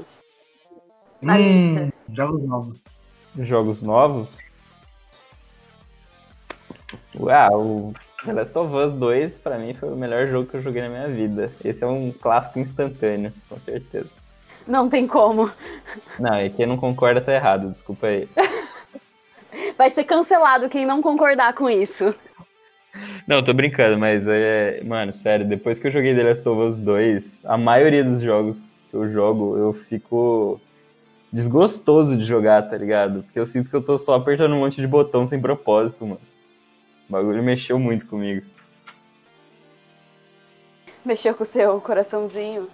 Speaker 2: Na
Speaker 4: hum,
Speaker 2: tá.
Speaker 4: jogos novos.
Speaker 3: jogos novos. Ah, o The Last of Us 2 pra mim foi o melhor jogo que eu joguei na minha vida. Esse é um clássico instantâneo, com certeza.
Speaker 2: Não tem como.
Speaker 3: Não, e quem não concorda tá errado, desculpa aí.
Speaker 2: Vai ser cancelado quem não concordar com isso.
Speaker 3: Não, tô brincando, mas é. Mano, sério, depois que eu joguei The Last of Us 2, a maioria dos jogos que eu jogo, eu fico desgostoso de jogar, tá ligado? Porque eu sinto que eu tô só apertando um monte de botão sem propósito, mano. O bagulho mexeu muito comigo.
Speaker 2: Mexeu com o seu coraçãozinho.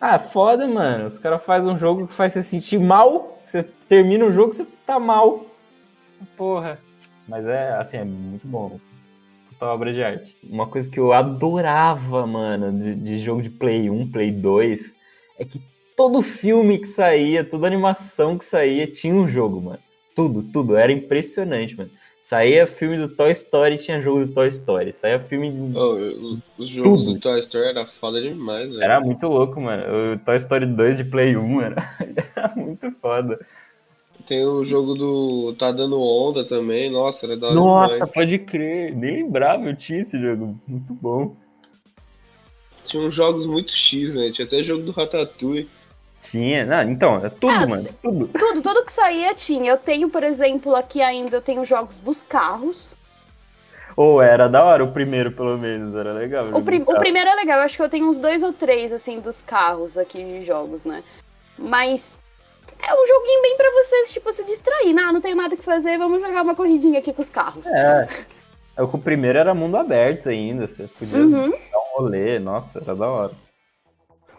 Speaker 3: Ah, foda, mano. Os caras fazem um jogo que faz você sentir mal. Você termina o jogo, você tá mal. Porra. Mas é, assim, é muito bom. Puta obra de arte. Uma coisa que eu adorava, mano, de, de jogo de Play 1, Play 2, é que todo filme que saía, toda animação que saía, tinha um jogo, mano. Tudo, tudo. Era impressionante, mano. Saía filme do Toy Story, tinha jogo do Toy Story. Saía filme do
Speaker 5: Ô, os jogos
Speaker 3: Tudo.
Speaker 5: do Toy Story era foda demais, velho.
Speaker 3: É. Era muito louco, mano. O Toy Story 2 de Play 1 era, era muito foda.
Speaker 5: Tem o jogo do Tá Dando Onda também, nossa, era da hora
Speaker 4: Nossa,
Speaker 5: demais.
Speaker 3: Pode crer, nem lembrava, eu tinha esse jogo. Muito bom.
Speaker 5: Tinha uns jogos muito X, né? Tinha até jogo do Ratatouille.
Speaker 3: Tinha, não, então, é tudo,
Speaker 2: Ah,
Speaker 3: mano, tudo.
Speaker 2: Tudo, tudo que saía tinha. Eu tenho, por exemplo, aqui ainda, eu tenho jogos dos carros.
Speaker 3: Ou era da hora o primeiro, pelo menos, era legal.
Speaker 2: O, prim- o primeiro é legal, eu acho que eu tenho uns dois ou três, assim, dos carros aqui de jogos, né? Mas é um joguinho bem pra vocês, tipo, se distrair. Não, não tenho nada que fazer, vamos jogar uma corridinha aqui com os carros.
Speaker 3: É. É o que o primeiro era mundo aberto ainda, você podia
Speaker 2: Uhum.
Speaker 3: dar um rolê, nossa, era da hora.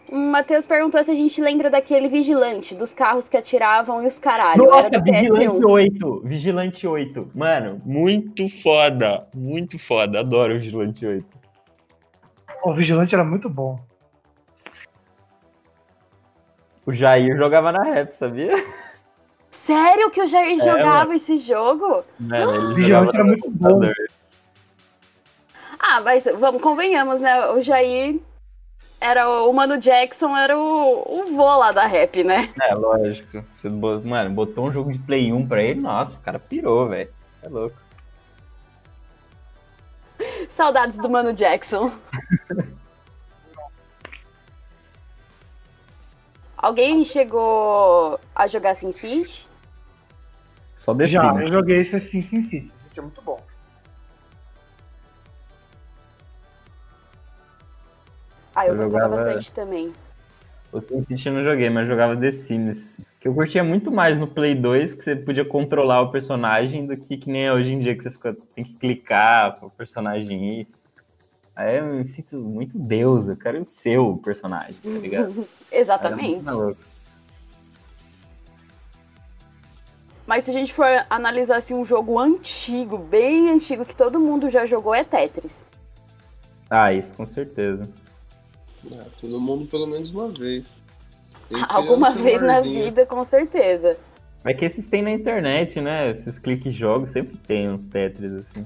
Speaker 2: O Matheus perguntou se a gente lembra daquele vigilante, dos carros que atiravam e os caralho. era do
Speaker 3: Vigilante
Speaker 2: PS1.
Speaker 3: 8, Vigilante 8. Mano, muito foda, muito foda, adoro o Vigilante 8.
Speaker 4: O Vigilante era muito bom.
Speaker 3: O Jair jogava na rap, sabia?
Speaker 2: Sério que eu já
Speaker 3: É,
Speaker 2: jogava
Speaker 3: mano.
Speaker 2: esse jogo?
Speaker 3: Mano, Né, ele
Speaker 4: O Vigilante
Speaker 3: jogava
Speaker 4: era
Speaker 3: no
Speaker 4: muito bom.
Speaker 3: computador.
Speaker 2: Ah, mas vamos, convenhamos, né? O Jair era o, o Mano Jackson, era o, o vô lá da rap, né?
Speaker 3: É, lógico. Você bo- Mano, botou um jogo de Play 1 pra ele, nossa, o cara pirou, velho. É louco.
Speaker 2: Saudades do Mano Jackson. Alguém chegou a jogar SimCity?
Speaker 3: Só desse,
Speaker 4: Já,
Speaker 3: né?
Speaker 4: eu joguei esse assim, sim, sim. Esse aqui é muito bom.
Speaker 2: Ah, eu,
Speaker 3: Eu
Speaker 2: gostava
Speaker 3: jogava-
Speaker 2: bastante também.
Speaker 3: O SimCity eu não joguei, mas eu jogava The Sims. Que eu curtia muito mais no Play 2, que você podia controlar o personagem, do que que nem é hoje em dia, que você fica, tem que clicar pro personagem ir. Aí eu me sinto muito deus, eu quero ser o personagem, tá ligado? Era muito
Speaker 2: Exatamente.
Speaker 3: maluco.
Speaker 2: Mas se a gente for analisar assim, um jogo antigo, bem antigo, que todo mundo já jogou, é Tetris.
Speaker 3: Ah, isso com certeza.
Speaker 5: Ah, todo mundo pelo menos uma vez. é um Tem que ser
Speaker 2: Alguma
Speaker 5: no
Speaker 2: vez na
Speaker 5: celularzinho.
Speaker 2: vida, com certeza.
Speaker 3: É que esses tem na internet, né? Esses clique jogos sempre tem uns Tetris assim.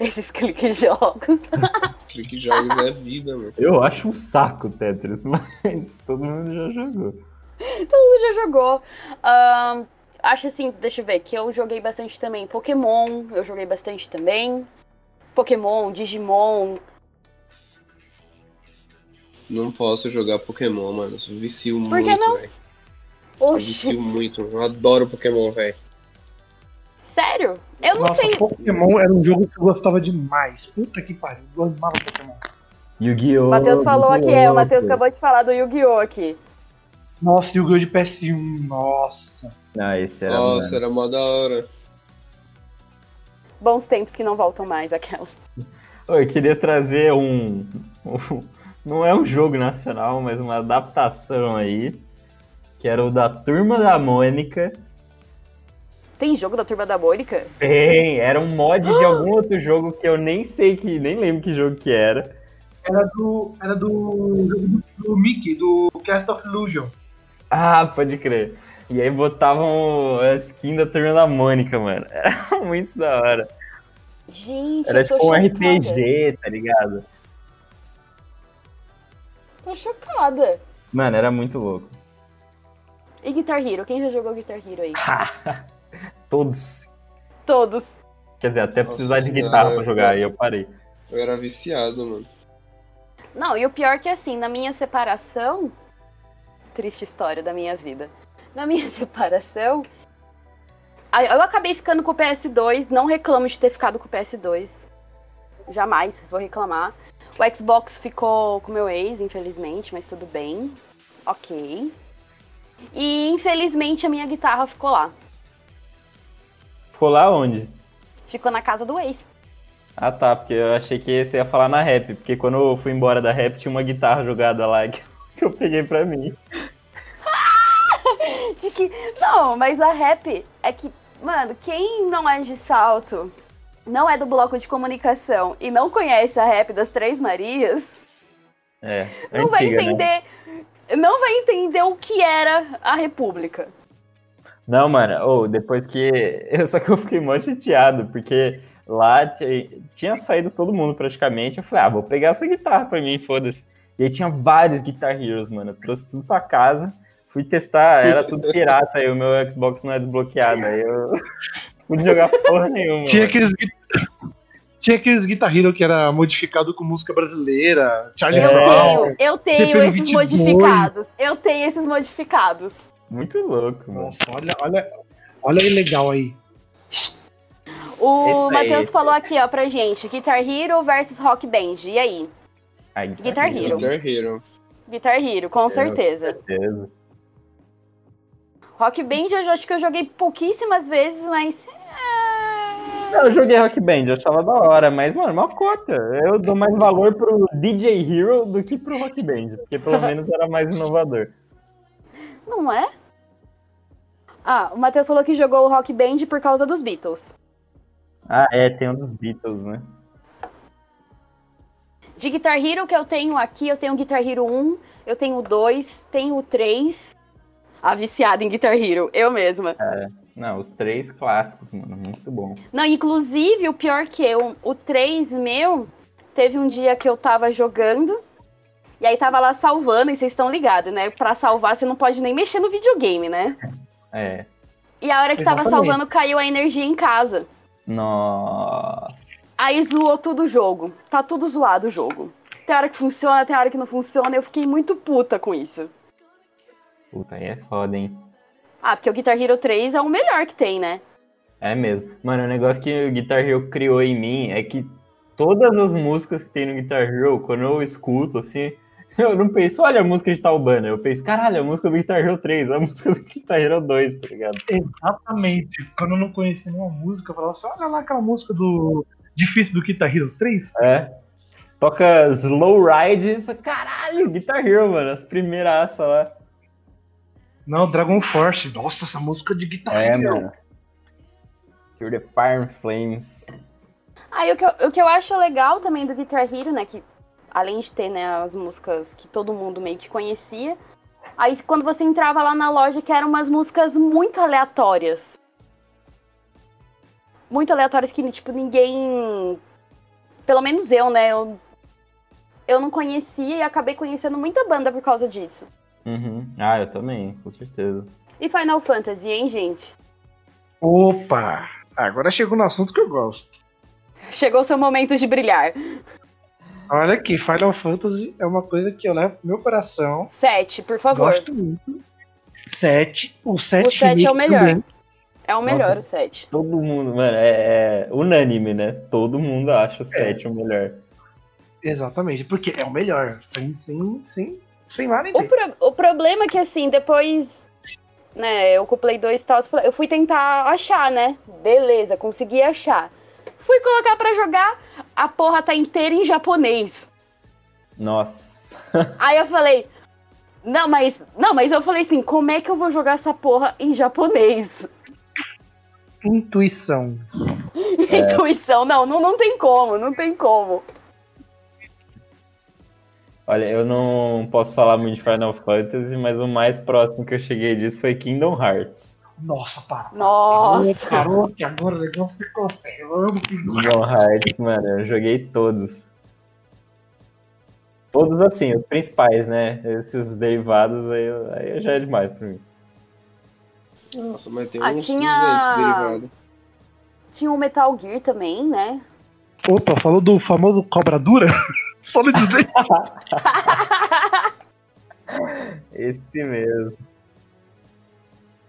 Speaker 2: Esses cliques jogos.
Speaker 5: Clique jogos é vida, mano.
Speaker 3: Eu acho um saco o Tetris, mas todo mundo já jogou.
Speaker 2: já jogou. Ahn, acho assim, deixa eu ver, que eu joguei bastante também Pokémon, eu joguei bastante também. Pokémon, Digimon.
Speaker 5: Não posso jogar Pokémon, mano. Isso vicio
Speaker 2: Por que
Speaker 5: muito,
Speaker 2: não?
Speaker 5: velho. Eu
Speaker 2: Oxi,
Speaker 5: vicio muito. Eu adoro Pokémon, velho.
Speaker 2: sério? Eu não
Speaker 4: Nossa,
Speaker 2: sei.
Speaker 4: Pokémon era um jogo que eu gostava demais. Puta que pariu, eu amava Pokémon.
Speaker 3: Yu-Gi-Oh!
Speaker 2: O Matheus falou aqui, é, o Matheus
Speaker 3: Yu-Gi-Oh!
Speaker 2: acabou de falar do Yu-Gi-Oh! aqui.
Speaker 4: Nossa, e o Yu-Gi-Oh! de PS1, nossa.
Speaker 3: Ah, esse era.
Speaker 5: Nossa,
Speaker 3: mano.
Speaker 5: era né? mó da hora.
Speaker 2: Bons tempos que não voltam mais, aquela.
Speaker 3: Ô, Eu queria trazer um, um- Não é um jogo nacional, mas uma adaptação aí. Que era o da Turma da Mônica.
Speaker 2: Tem jogo da Turma da Mônica?
Speaker 3: Tem, era um mod
Speaker 2: Ah!
Speaker 3: de algum outro jogo que eu nem sei que. nem lembro que jogo que era.
Speaker 4: Era do. Era do jogo do, do Mickey, do Cast of Illusion.
Speaker 3: Ah, pode crer. E aí botavam a skin da Turma da Mônica, mano. Era muito da hora.
Speaker 2: Gente,
Speaker 3: Era
Speaker 2: eu tô
Speaker 3: tipo um
Speaker 2: chocada.
Speaker 3: RPG, tá ligado?
Speaker 2: Tô chocada.
Speaker 3: Mano, era muito louco.
Speaker 2: E Guitar Hero? Quem já jogou Guitar Hero aí?
Speaker 3: Todos.
Speaker 2: Todos.
Speaker 3: Quer dizer, até
Speaker 5: Nossa
Speaker 3: precisar de
Speaker 5: senhora. é
Speaker 3: guitarra pra jogar, aí eu parei.
Speaker 5: Eu era viciado, mano.
Speaker 2: Não, e o pior que assim, na minha separação, triste história da minha vida. Na minha separação, aí eu acabei ficando com o PS2, não reclamo de ter ficado com o PS2. Jamais vou reclamar. O Xbox ficou com meu ex, infelizmente, mas tudo bem. OK. E infelizmente a minha guitarra ficou lá.
Speaker 3: Ficou lá onde?
Speaker 2: Ficou na casa do ex.
Speaker 3: Ah tá, porque eu achei que você ia falar na rap, porque quando eu fui embora da rap tinha uma guitarra jogada lá que que eu peguei pra mim.
Speaker 2: De que. Não, mas a rap é que, mano, quem não é de salto, não é do bloco de comunicação e não conhece a rap das Três Marias,
Speaker 3: É.
Speaker 2: não vai
Speaker 3: antiga, né?
Speaker 2: entender. Não vai entender o que era a República.
Speaker 3: Não, mano, ou depois que. Eu, só que eu fiquei mó chateado, porque lá ti- tinha saído todo mundo praticamente. Eu falei, ah, vou pegar essa guitarra pra mim, foda-se. E aí tinha vários Guitar Heroes, mano. Eu trouxe tudo pra casa, fui testar, era tudo pirata, aí o meu Xbox não é desbloqueado. Aí eu não pude jogar porra nenhuma.
Speaker 4: Tinha
Speaker 3: mano.
Speaker 4: aqueles, gui- tinha aqueles Guitar Hero que era modificado com música brasileira, Charlie
Speaker 3: É.
Speaker 2: Eu
Speaker 4: Brown.
Speaker 2: tenho, eu tenho
Speaker 4: Sempre
Speaker 2: esses
Speaker 4: 22.
Speaker 2: modificados. Eu tenho esses modificados.
Speaker 3: Muito louco, mano.
Speaker 4: Nossa, olha, olha, olha que legal aí.
Speaker 2: O
Speaker 3: Esse daí.
Speaker 2: Matheus falou aqui, ó, pra gente: Guitar Hero versus Rock Band. E aí?
Speaker 3: Ai,
Speaker 2: Guitar Hero.
Speaker 5: Guitar Hero.
Speaker 2: Guitar Hero, com certeza.
Speaker 3: Beleza.
Speaker 2: Rock Band eu já- acho que eu joguei pouquíssimas vezes, mas. é,
Speaker 3: Não, Eu joguei Rock Band, eu achava da hora, mas, mano, mal cota. Eu dou mais valor pro DJ Hero do que pro Rock Band, porque pelo menos era mais inovador.
Speaker 2: Não é? Ah, o Matheus falou que jogou o Rock Band por causa dos Beatles.
Speaker 3: Ah, é, tem um dos Beatles, né?
Speaker 2: De Guitar Hero que eu tenho aqui, eu tenho o Guitar Hero 1, eu tenho o 2, tenho o 3. A viciada em Guitar Hero, eu mesma.
Speaker 3: Não, os três clássicos, mano, muito bom.
Speaker 2: Não, inclusive, o pior que eu, o 3 meu, teve um dia que eu tava jogando, e aí tava lá salvando, e vocês estão ligados, né? Pra salvar, você não pode nem mexer no videogame, né?
Speaker 3: É.
Speaker 2: E a hora que tava
Speaker 4: Exatamente.
Speaker 2: salvando, caiu a energia em casa.
Speaker 3: Nossa.
Speaker 2: Aí zoou todo o jogo. Tá tudo zoado o jogo. Tem hora que funciona, tem hora que não funciona. Eu fiquei muito puta com isso.
Speaker 3: Puta, aí é foda, hein?
Speaker 2: Ah, porque o Guitar Hero 3 é o melhor que tem, né?
Speaker 3: É mesmo. Mano, o negócio que o Guitar Hero criou em mim é que todas as músicas que tem no Guitar Hero, quando eu escuto, assim, eu não penso, olha a música de tal banda. Eu penso, caralho, a música do Guitar Hero 3, a música do Guitar Hero 2, tá ligado?
Speaker 4: Exatamente. Quando eu não conhecia nenhuma música, eu falava assim, olha lá aquela música do Difícil do Guitar Hero 3.
Speaker 3: É. Toca Slow Ride, eu falo, caralho, Guitar Hero, mano, as primeiraças lá.
Speaker 4: Não, Dragon Force. Nossa, essa música de Guitar
Speaker 3: É,
Speaker 4: Hero.
Speaker 3: Through the Fire and Flames.
Speaker 2: Aí Ah, o que, eu, o que eu acho legal também do Guitar Hero, né? Que além de ter né, as músicas que todo mundo meio que conhecia, aí quando você entrava lá na loja, que eram umas músicas muito aleatórias. Muito aleatórias que, tipo, ninguém. Pelo menos eu, né? Eu, eu não conhecia e acabei conhecendo muita banda por causa disso.
Speaker 3: Uhum. Ah, eu também, com certeza.
Speaker 2: E Final Fantasy, hein, gente?
Speaker 4: Opa! Agora chegou no assunto que eu gosto.
Speaker 2: Chegou o seu momento de brilhar.
Speaker 4: Olha aqui, Final Fantasy é uma coisa que eu levo pro meu coração.
Speaker 2: Sete, por favor.
Speaker 4: Gosto muito. 7. O 7
Speaker 2: O sete é o melhor. É o melhor,
Speaker 3: Nossa.
Speaker 2: o sete.
Speaker 3: Todo mundo, mano, é, é unânime, né? Todo mundo acha o 7 o melhor.
Speaker 4: Exatamente, porque é o melhor. Sem, sem, sem, sem lá nem
Speaker 2: O,
Speaker 4: ver.
Speaker 2: pro- o problema é que, assim, depois, né, eu com o Play 2 e tal, eu fui tentar achar, né? Beleza, consegui achar. Fui colocar pra jogar, a porra tá inteira em japonês.
Speaker 3: Nossa.
Speaker 2: Aí eu falei, não, mas, não, mas eu falei assim, como é que eu vou jogar essa porra em japonês?
Speaker 4: Intuição.
Speaker 2: Intuição, não, não, não tem como, não tem como.
Speaker 3: Olha, eu não posso falar muito de Final Fantasy, mas o mais próximo que eu cheguei disso foi Kingdom Hearts.
Speaker 4: Nossa, pá.
Speaker 2: Nossa.
Speaker 4: Parou que agora o negócio ficou feio. Eu amo que-
Speaker 3: Kingdom Hearts, mano, eu joguei todos. Todos assim, os principais, né? Esses derivados aí, aí já é demais pra mim.
Speaker 5: Nossa, mas tem um
Speaker 2: Ah,
Speaker 5: uns
Speaker 2: tinha-
Speaker 5: 200 derivados.
Speaker 2: Tinha o Metal Gear também, né?
Speaker 4: Opa, falou do famoso cobra dura? Só no Disney.
Speaker 3: Esse mesmo.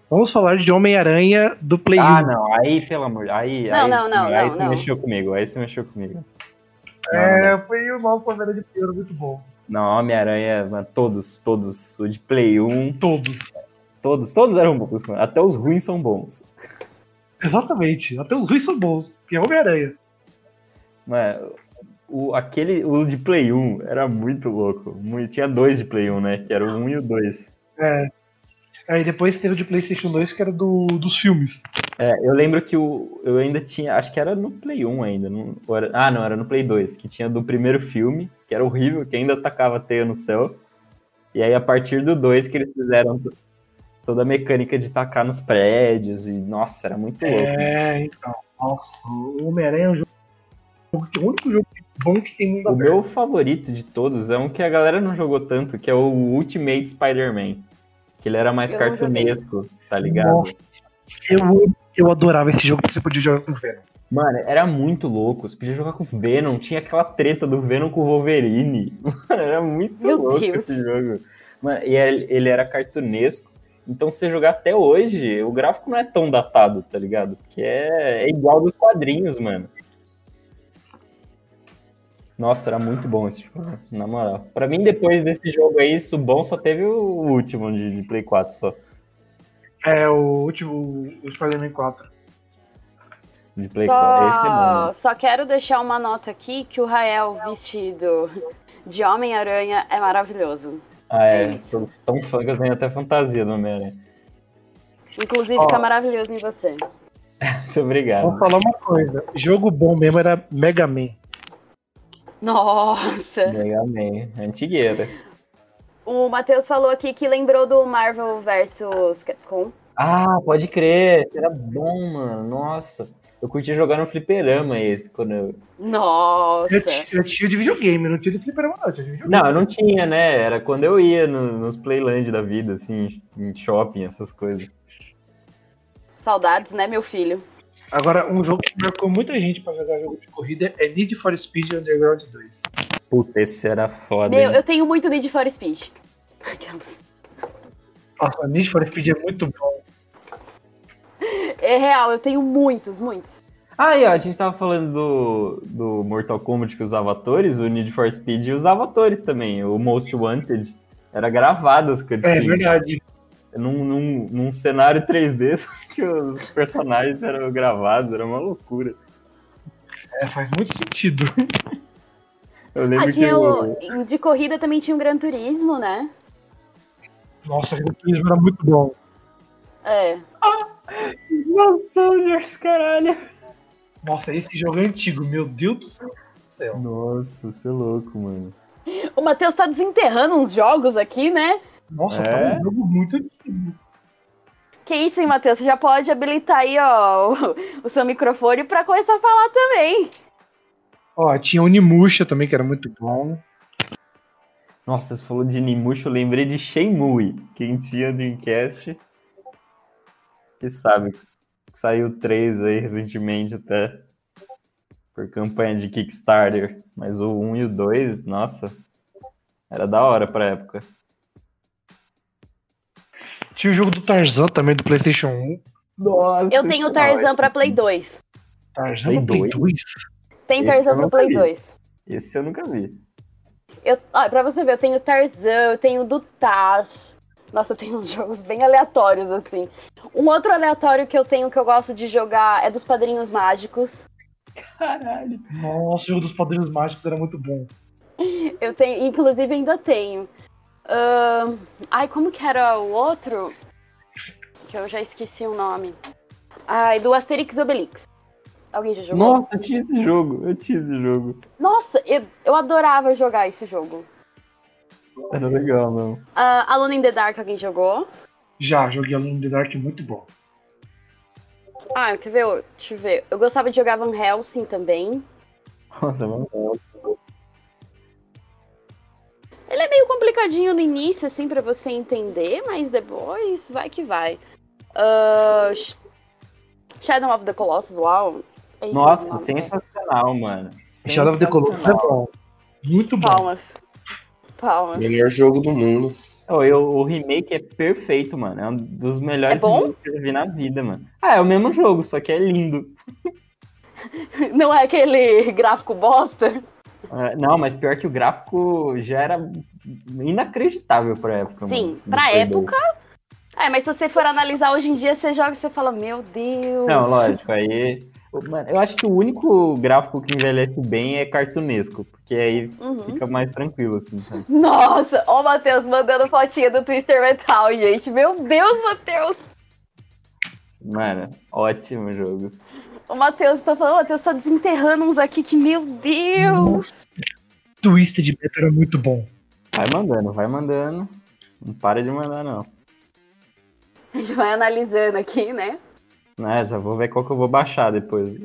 Speaker 4: Vamos falar de Homem-Aranha do Play 1.
Speaker 3: Ah, não, aí, pelo amor de aí,
Speaker 2: Não,
Speaker 3: aí,
Speaker 2: não, não,
Speaker 3: aí
Speaker 2: não,
Speaker 3: você
Speaker 2: não.
Speaker 3: mexeu comigo, aí você mexeu comigo.
Speaker 4: É, foi o novo Homem-Aranha de Play 1, muito bom.
Speaker 3: Não, Homem-Aranha, mano, todos, todos. O de Play 1,
Speaker 4: Todos.
Speaker 3: todos, todos eram bons, mano. Até os ruins são bons.
Speaker 4: Exatamente. Até os ruins são bons, que é Homem-Aranha.
Speaker 3: Mano, O, aquele, o de Play 1 era muito louco. Muito- tinha dois de Play 1, né? Que era o 1 e o 2.
Speaker 4: É. Aí depois teve o de PlayStation 2, que era do, dos filmes.
Speaker 3: É, eu lembro que o, eu ainda tinha. Acho que era no Play 1 ainda. não- ou era- ah, não, era no Play 2, que tinha do primeiro filme, que era horrível, que ainda tacava teia no céu. E aí, a partir do 2, que eles fizeram to- toda a mecânica de tacar nos prédios. E, nossa, era muito louco.
Speaker 4: É, então. Nossa, o Homem-Aranha é um jogo. O único jogo bom que tem mundo
Speaker 3: O
Speaker 4: aberto.
Speaker 3: meu favorito de todos é um que a galera não jogou tanto, que é o Ultimate Spider-Man. Que ele era mais
Speaker 2: Eu não joguei.
Speaker 3: cartunesco, tá ligado?
Speaker 4: Nossa. Eu, eu adorava esse jogo porque você podia jogar com o Venom.
Speaker 3: Mano, era muito louco. Você podia jogar com o Venom, tinha aquela treta do Venom com o Wolverine. Mano, era muito
Speaker 2: Meu
Speaker 3: louco
Speaker 2: Deus.
Speaker 3: esse jogo. Mano, e ele ele era cartunesco. Então, se você jogar até hoje, o gráfico não é tão datado, tá ligado? Porque é, é igual dos quadrinhos, mano. Nossa, era muito bom esse jogo, na moral. Pra mim, depois desse jogo aí, isso bom só teve o último de, de Play 4 só.
Speaker 4: É, o último, o Spider-Man 4.
Speaker 3: De Play 4. Esse é bom, mano.
Speaker 2: Só, só quero deixar uma nota aqui que o Rael vestido de Homem-Aranha é maravilhoso.
Speaker 3: Ah,
Speaker 2: é
Speaker 3: é. Sou tão fã que eu tenho até fantasia do Homem-Aranha.
Speaker 2: Inclusive,
Speaker 4: Ó.
Speaker 2: tá maravilhoso em você.
Speaker 3: Muito obrigado.
Speaker 4: Vou falar uma coisa. Jogo bom mesmo era Mega Man.
Speaker 2: Nossa!
Speaker 3: Mega Man, antigueira.
Speaker 2: O Matheus falou aqui que lembrou do Marvel vs Capcom.
Speaker 3: Ah, pode crer, era bom, mano. Nossa, eu curti jogar no fliperama esse. Quando eu...
Speaker 2: Nossa!
Speaker 4: Eu, ti- eu tinha de videogame, não tinha de fliperama, não. Eu tinha de videogame.
Speaker 3: Não, eu não tinha, né? Era quando eu ia no- nos Playland da vida, assim, em shopping, essas coisas.
Speaker 2: Saudades, né, meu filho?
Speaker 4: Agora, um jogo que marcou muita gente pra jogar jogo de corrida é Need for Speed Underground 2.
Speaker 3: Puta, esse era foda.
Speaker 2: Meu,
Speaker 3: hein?
Speaker 2: eu tenho muito Need for Speed.
Speaker 4: Nossa, Need for Speed é muito bom.
Speaker 2: É real, eu tenho muitos, muitos.
Speaker 3: Ah, e ó, a gente tava falando do, do Mortal Kombat que usava atores, o Need for Speed usava atores também. O Most Wanted era gravado as
Speaker 4: É
Speaker 3: cutscenes.
Speaker 4: verdade.
Speaker 3: num, num, num cenário 3D, só que os personagens eram gravados, era uma loucura.
Speaker 4: É, faz muito sentido.
Speaker 3: Eu
Speaker 2: Ah,
Speaker 3: lembro que
Speaker 2: tinha
Speaker 3: o...
Speaker 2: o... De corrida também tinha o Gran Turismo, né?
Speaker 4: Nossa, Gran Turismo era muito bom.
Speaker 2: É.
Speaker 3: Nossa, Jorge, caralho!
Speaker 4: Nossa, esse jogo é antigo, meu Deus do céu. Do céu.
Speaker 3: Nossa, você é louco, mano.
Speaker 2: O Matheus tá desenterrando uns jogos aqui, né?
Speaker 4: Nossa,
Speaker 3: É?
Speaker 4: foi um jogo muito antigo.
Speaker 2: Que isso, hein, Matheus? Você já pode habilitar aí, ó, o, o seu microfone pra começar a falar também.
Speaker 4: Ó, tinha Unimusha também, que era muito bom.
Speaker 3: Nossa, você falou de Nimusha, eu lembrei de Shenmue. Quem tinha Dreamcast, que sabe, que saiu três aí recentemente até, por campanha de Kickstarter. Mas o 1 e o 2, nossa, era da hora pra época.
Speaker 4: Tinha o jogo do Tarzan também, do Playstation 1.
Speaker 3: Nossa,
Speaker 2: Eu tenho o
Speaker 3: esse é da hora.
Speaker 2: Tarzan pra Play 2.
Speaker 4: Tarzan
Speaker 3: Play
Speaker 4: no Play
Speaker 3: 2?
Speaker 4: 2?
Speaker 2: Tem
Speaker 3: Esse eu
Speaker 2: Tarzan pro
Speaker 3: nunca
Speaker 2: Play
Speaker 3: vi.
Speaker 2: 2.
Speaker 3: Esse eu nunca vi.
Speaker 2: Eu, ó, pra você ver, eu tenho Tarzan, eu tenho do Taz. Nossa, eu tenho uns jogos bem aleatórios, assim. Um outro aleatório que eu tenho que eu gosto de jogar é dos Padrinhos Mágicos.
Speaker 3: Caralho.
Speaker 4: Nossa, o jogo dos Padrinhos Mágicos era muito bom.
Speaker 2: Eu tenho, inclusive ainda tenho. Ahn, ai, como que era o outro? Que eu já esqueci o nome. Ai, do Asterix e Obelix. Alguém já jogou?
Speaker 3: Nossa, eu tinha esse jogo. Eu tinha esse jogo.
Speaker 2: Nossa, eu, eu adorava jogar esse jogo.
Speaker 3: Era legal, não.
Speaker 2: Ah, Alone in the Dark, alguém jogou?
Speaker 4: Já, joguei Alone in the Dark, muito bom.
Speaker 2: Ah, quer ver? o- Deixa eu ver. Eu gostava de jogar Van Helsing também.
Speaker 3: Nossa, mano.
Speaker 2: Ele é meio complicadinho no início, assim, pra você entender, mas depois vai que vai. Ah, Sh- Shadow of the Colossus, uau. É isso mesmo,
Speaker 3: Nossa,
Speaker 2: nome.
Speaker 3: sensacional, mano.
Speaker 4: Shadow of the Colossus é bom. Muito bom.
Speaker 2: Palmas. Palmas.
Speaker 5: Melhor jogo do mundo.
Speaker 3: Oh, eu, o remake é perfeito, mano. É um dos melhores
Speaker 2: É bom?
Speaker 3: remakes que eu já vi na vida, mano. Ah, é o mesmo jogo, só que é lindo.
Speaker 2: Não é aquele gráfico bosta?
Speaker 3: Ah, não, mas pior que o gráfico já era inacreditável pra época, mano.
Speaker 2: Sim,
Speaker 3: Não
Speaker 2: pra
Speaker 3: foi
Speaker 2: época. É, mas se você for analisar hoje em dia, você joga e você fala, meu Deus.
Speaker 3: Não, lógico, aí. Mano, eu acho que o único gráfico que envelhece bem é cartunesco, porque aí
Speaker 2: Uhum.
Speaker 3: fica mais tranquilo, assim. sabe?
Speaker 2: Nossa, ó o Matheus mandando fotinha do Twister Metal, gente. Meu Deus, Matheus!
Speaker 3: Mano, ótimo jogo.
Speaker 2: O Matheus, tô falando, o Matheus tá desenterrando uns aqui que, meu Deus!
Speaker 4: Twisted Metal era muito bom.
Speaker 3: Vai mandando, vai mandando. Não para de mandar, não.
Speaker 2: A gente vai analisando aqui, né?
Speaker 3: Né, já vou ver qual que eu vou baixar depois.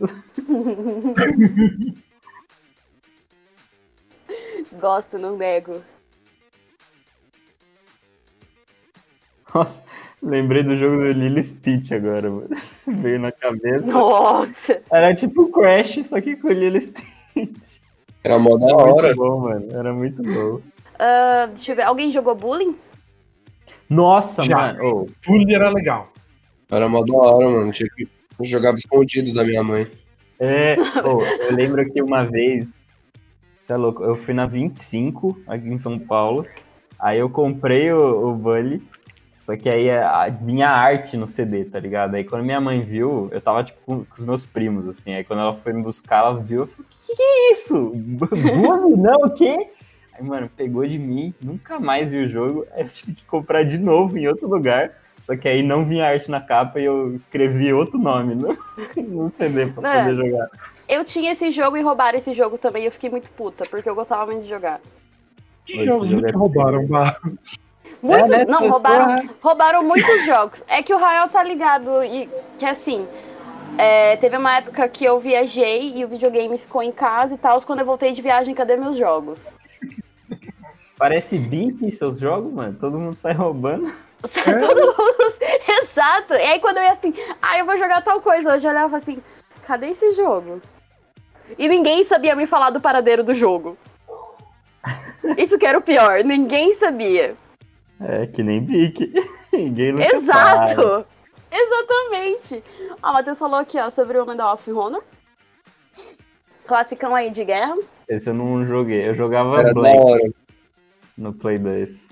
Speaker 2: Gosto, não nego.
Speaker 3: Nossa, lembrei do jogo do Lilo Stitch agora, mano. Veio na cabeça.
Speaker 2: Nossa!
Speaker 3: Era tipo Crash, só que com o Lilo Stitch.
Speaker 5: Era mó da
Speaker 3: Era
Speaker 5: hora.
Speaker 3: muito bom, mano. Era muito bom.
Speaker 2: Ah, deixa eu ver, alguém jogou bullying?
Speaker 3: Nossa,
Speaker 4: Já.
Speaker 3: Tá, mano. ô,
Speaker 4: Bully era legal.
Speaker 5: Era mó da hora, mano. Tinha que... Eu jogava escondido da minha mãe.
Speaker 3: É, pô, eu lembro que uma vez, você é louco, eu fui na 25 aqui em São Paulo, aí eu comprei o, o Bully, só que aí é, a, a- vinha a arte no CD, tá ligado? Aí quando minha mãe viu, eu tava tipo com, com os meus primos, assim, aí quando ela foi me buscar, ela viu, eu falei, que que é isso? Bu- Bully? Não, o quê? Aí, mano, pegou de mim, nunca mais vi o jogo, aí eu tive que comprar de novo em outro lugar, só que aí não vinha arte na capa e eu escrevi outro nome no, no CD pra
Speaker 2: Mano,
Speaker 3: poder jogar.
Speaker 2: Eu tinha esse jogo e roubaram esse jogo também. Eu fiquei muito puta, porque eu gostava muito de jogar.
Speaker 4: Que
Speaker 3: Oi,
Speaker 4: jogos
Speaker 3: jogo
Speaker 4: muito
Speaker 3: é-
Speaker 4: roubaram, bah.
Speaker 2: Muitos,
Speaker 3: É, né?
Speaker 2: não, roubaram, roubaram muitos jogos. É que o Rael tá ligado e que assim. é, teve uma época que eu viajei e o videogame ficou em casa e tal. Quando eu voltei de viagem, cadê meus jogos?
Speaker 3: Parece bip em seus jogos, mano. Todo mundo sai roubando.
Speaker 4: É.
Speaker 2: Todo mundo. Exato! E aí quando eu ia assim, ah, eu vou jogar tal coisa, hoje eu olhava assim, cadê esse jogo? E ninguém sabia me falar do paradeiro do jogo. Isso que era o pior, ninguém sabia.
Speaker 3: É que nem pique. Ninguém nunca para.
Speaker 2: Exato! Exatamente! Ó, o Matheus falou aqui, ó, sobre o Medal of Honor. Classicão aí de guerra.
Speaker 3: Esse eu não joguei. Eu jogava
Speaker 5: Era da
Speaker 3: Black
Speaker 5: hora.
Speaker 3: no Play 2.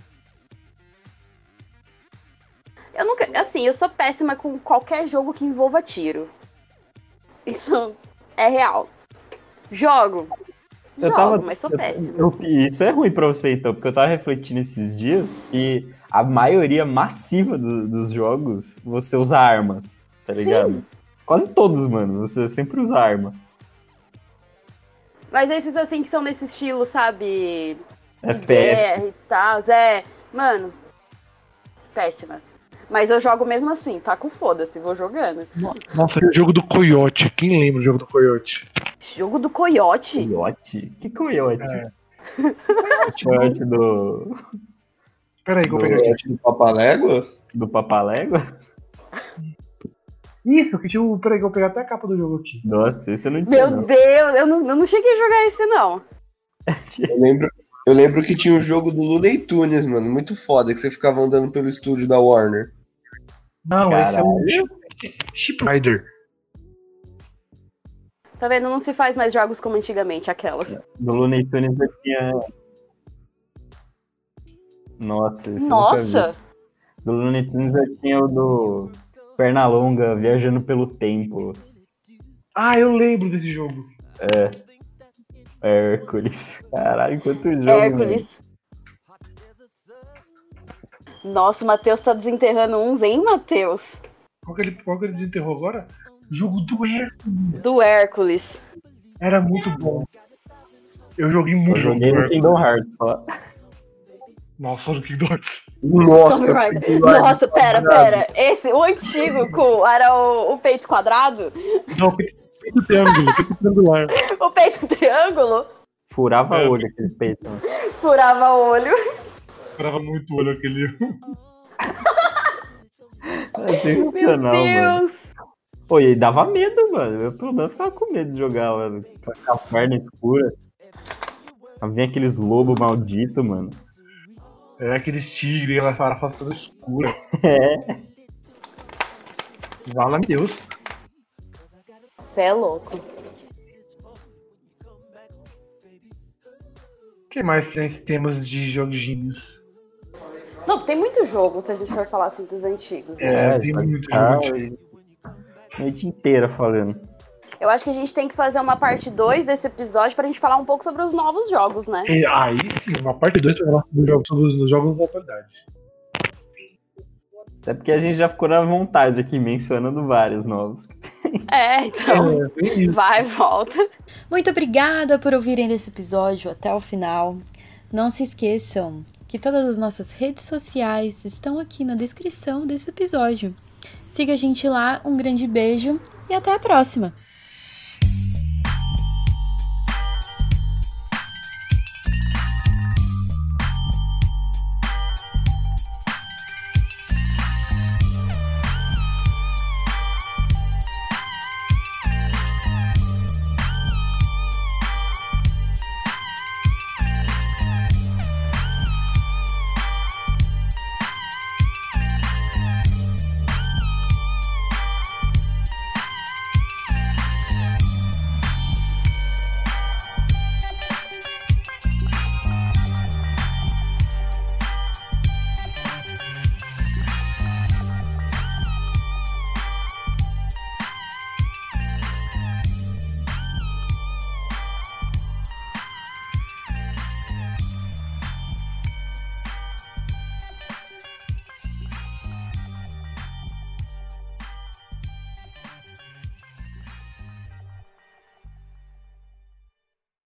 Speaker 2: Eu nunca. Assim, eu sou péssima com qualquer jogo que envolva tiro. Isso é real. Jogo.
Speaker 3: Eu
Speaker 2: Jogo,
Speaker 3: tava-
Speaker 2: mas sou
Speaker 3: eu-
Speaker 2: péssima.
Speaker 3: eu- isso é ruim pra você, então, porque eu tava refletindo esses dias que a maioria massiva do- dos jogos você usa armas, tá ligado? Quase todos, mano. Você sempre usa arma.
Speaker 2: Mas esses assim que são nesse estilo, sabe? É.
Speaker 3: É FPS.
Speaker 2: BR e tal, Zé. Mano, péssima. Mas eu jogo mesmo assim, tá com foda-se, vou jogando.
Speaker 4: Nossa, o jogo do Coyote. Quem lembra o jogo do Coyote?
Speaker 2: Jogo do coiote.
Speaker 3: Coyote? Que coiote?
Speaker 4: É.
Speaker 3: Coiote do,
Speaker 4: Peraí, que eu vou pegar
Speaker 3: É.
Speaker 4: aqui.
Speaker 5: Era tipo Papaléguas?
Speaker 3: do Papalégua?
Speaker 4: Isso, que tinha o. Peraí, que eu vou pegar até a capa do jogo aqui.
Speaker 3: Nossa, esse eu não tinha.
Speaker 2: Meu
Speaker 3: não.
Speaker 2: Deus, eu não, eu não cheguei a jogar esse, não.
Speaker 5: Eu lembro, eu lembro que tinha um jogo do Looney Tunes, mano. Muito foda, que você ficava andando pelo estúdio da Warner.
Speaker 4: Não, esse é
Speaker 3: Caralho.
Speaker 4: o. Chip Rider.
Speaker 2: Tá vendo? Não se faz mais jogos como antigamente, aquelas.
Speaker 3: Do Looney Tunes eu tinha. Nossa, esse eu nunca
Speaker 2: Nossa!
Speaker 3: vi. Do Looney Tunes eu tinha o do Pernalonga viajando pelo tempo.
Speaker 4: Ah, eu lembro desse jogo.
Speaker 3: é Hércules. Caralho, quanto jogo.
Speaker 2: Hércules.
Speaker 3: velho.
Speaker 2: Nossa, o Matheus tá desenterrando uns, hein, Matheus?
Speaker 4: Qual que ele, qual que ele desenterrou agora? Jogo do Hércules.
Speaker 2: Do Hércules.
Speaker 4: Era muito bom. Eu joguei
Speaker 3: Só
Speaker 4: muito jogo.
Speaker 3: joguei
Speaker 4: do
Speaker 3: no
Speaker 4: Hércules.
Speaker 3: Kingdom Hearts. só.
Speaker 4: Nossa, olha o Kingdom Hearts.
Speaker 5: Nossa,
Speaker 2: Tomb Raider. Nossa, pera, pera. Esse, o antigo, com, era o, o peito quadrado?
Speaker 4: Não, peito triângulo, peito triangular.
Speaker 2: O peito triângulo?
Speaker 3: Furava
Speaker 4: É.
Speaker 3: olho aquele peito. mano.
Speaker 2: Furava o olho.
Speaker 4: Parava muito o olho aquele.
Speaker 3: Era
Speaker 2: Meu
Speaker 3: sensacional, mano.
Speaker 2: Deus!
Speaker 3: Pô, e aí dava medo, mano. Eu pelo menos ficava com medo de jogar, mano. Com a caverna escura. Aí Vinha aqueles lobos malditos, mano.
Speaker 4: É aqueles tigres, ela fala fala toda escura.
Speaker 3: É.
Speaker 4: Vala Deus.
Speaker 2: Você é louco.
Speaker 4: O que mais nós temos de joguinhos?
Speaker 2: Não, tem muito jogo, se a gente for falar assim
Speaker 3: É,
Speaker 2: dos antigos. né?
Speaker 4: É, tem muito
Speaker 3: tá
Speaker 4: jogo.
Speaker 3: a Noite inteira falando.
Speaker 2: Eu acho que a gente tem que fazer uma parte 2 desse episódio pra gente falar um pouco sobre os novos jogos, né?
Speaker 4: E aí sim, uma parte 2 para sobre os jogos, sobre os jogos da atualidade.
Speaker 3: Até É porque a gente já ficou na vontade aqui, mencionando vários novos.
Speaker 2: É, então.
Speaker 4: É, bem isso.
Speaker 2: Vai, volta.
Speaker 6: Muito obrigada por ouvirem esse episódio até o final. Não se esqueçam que todas as nossas redes sociais estão aqui na descrição desse episódio. Siga a gente lá, um grande beijo e até a próxima!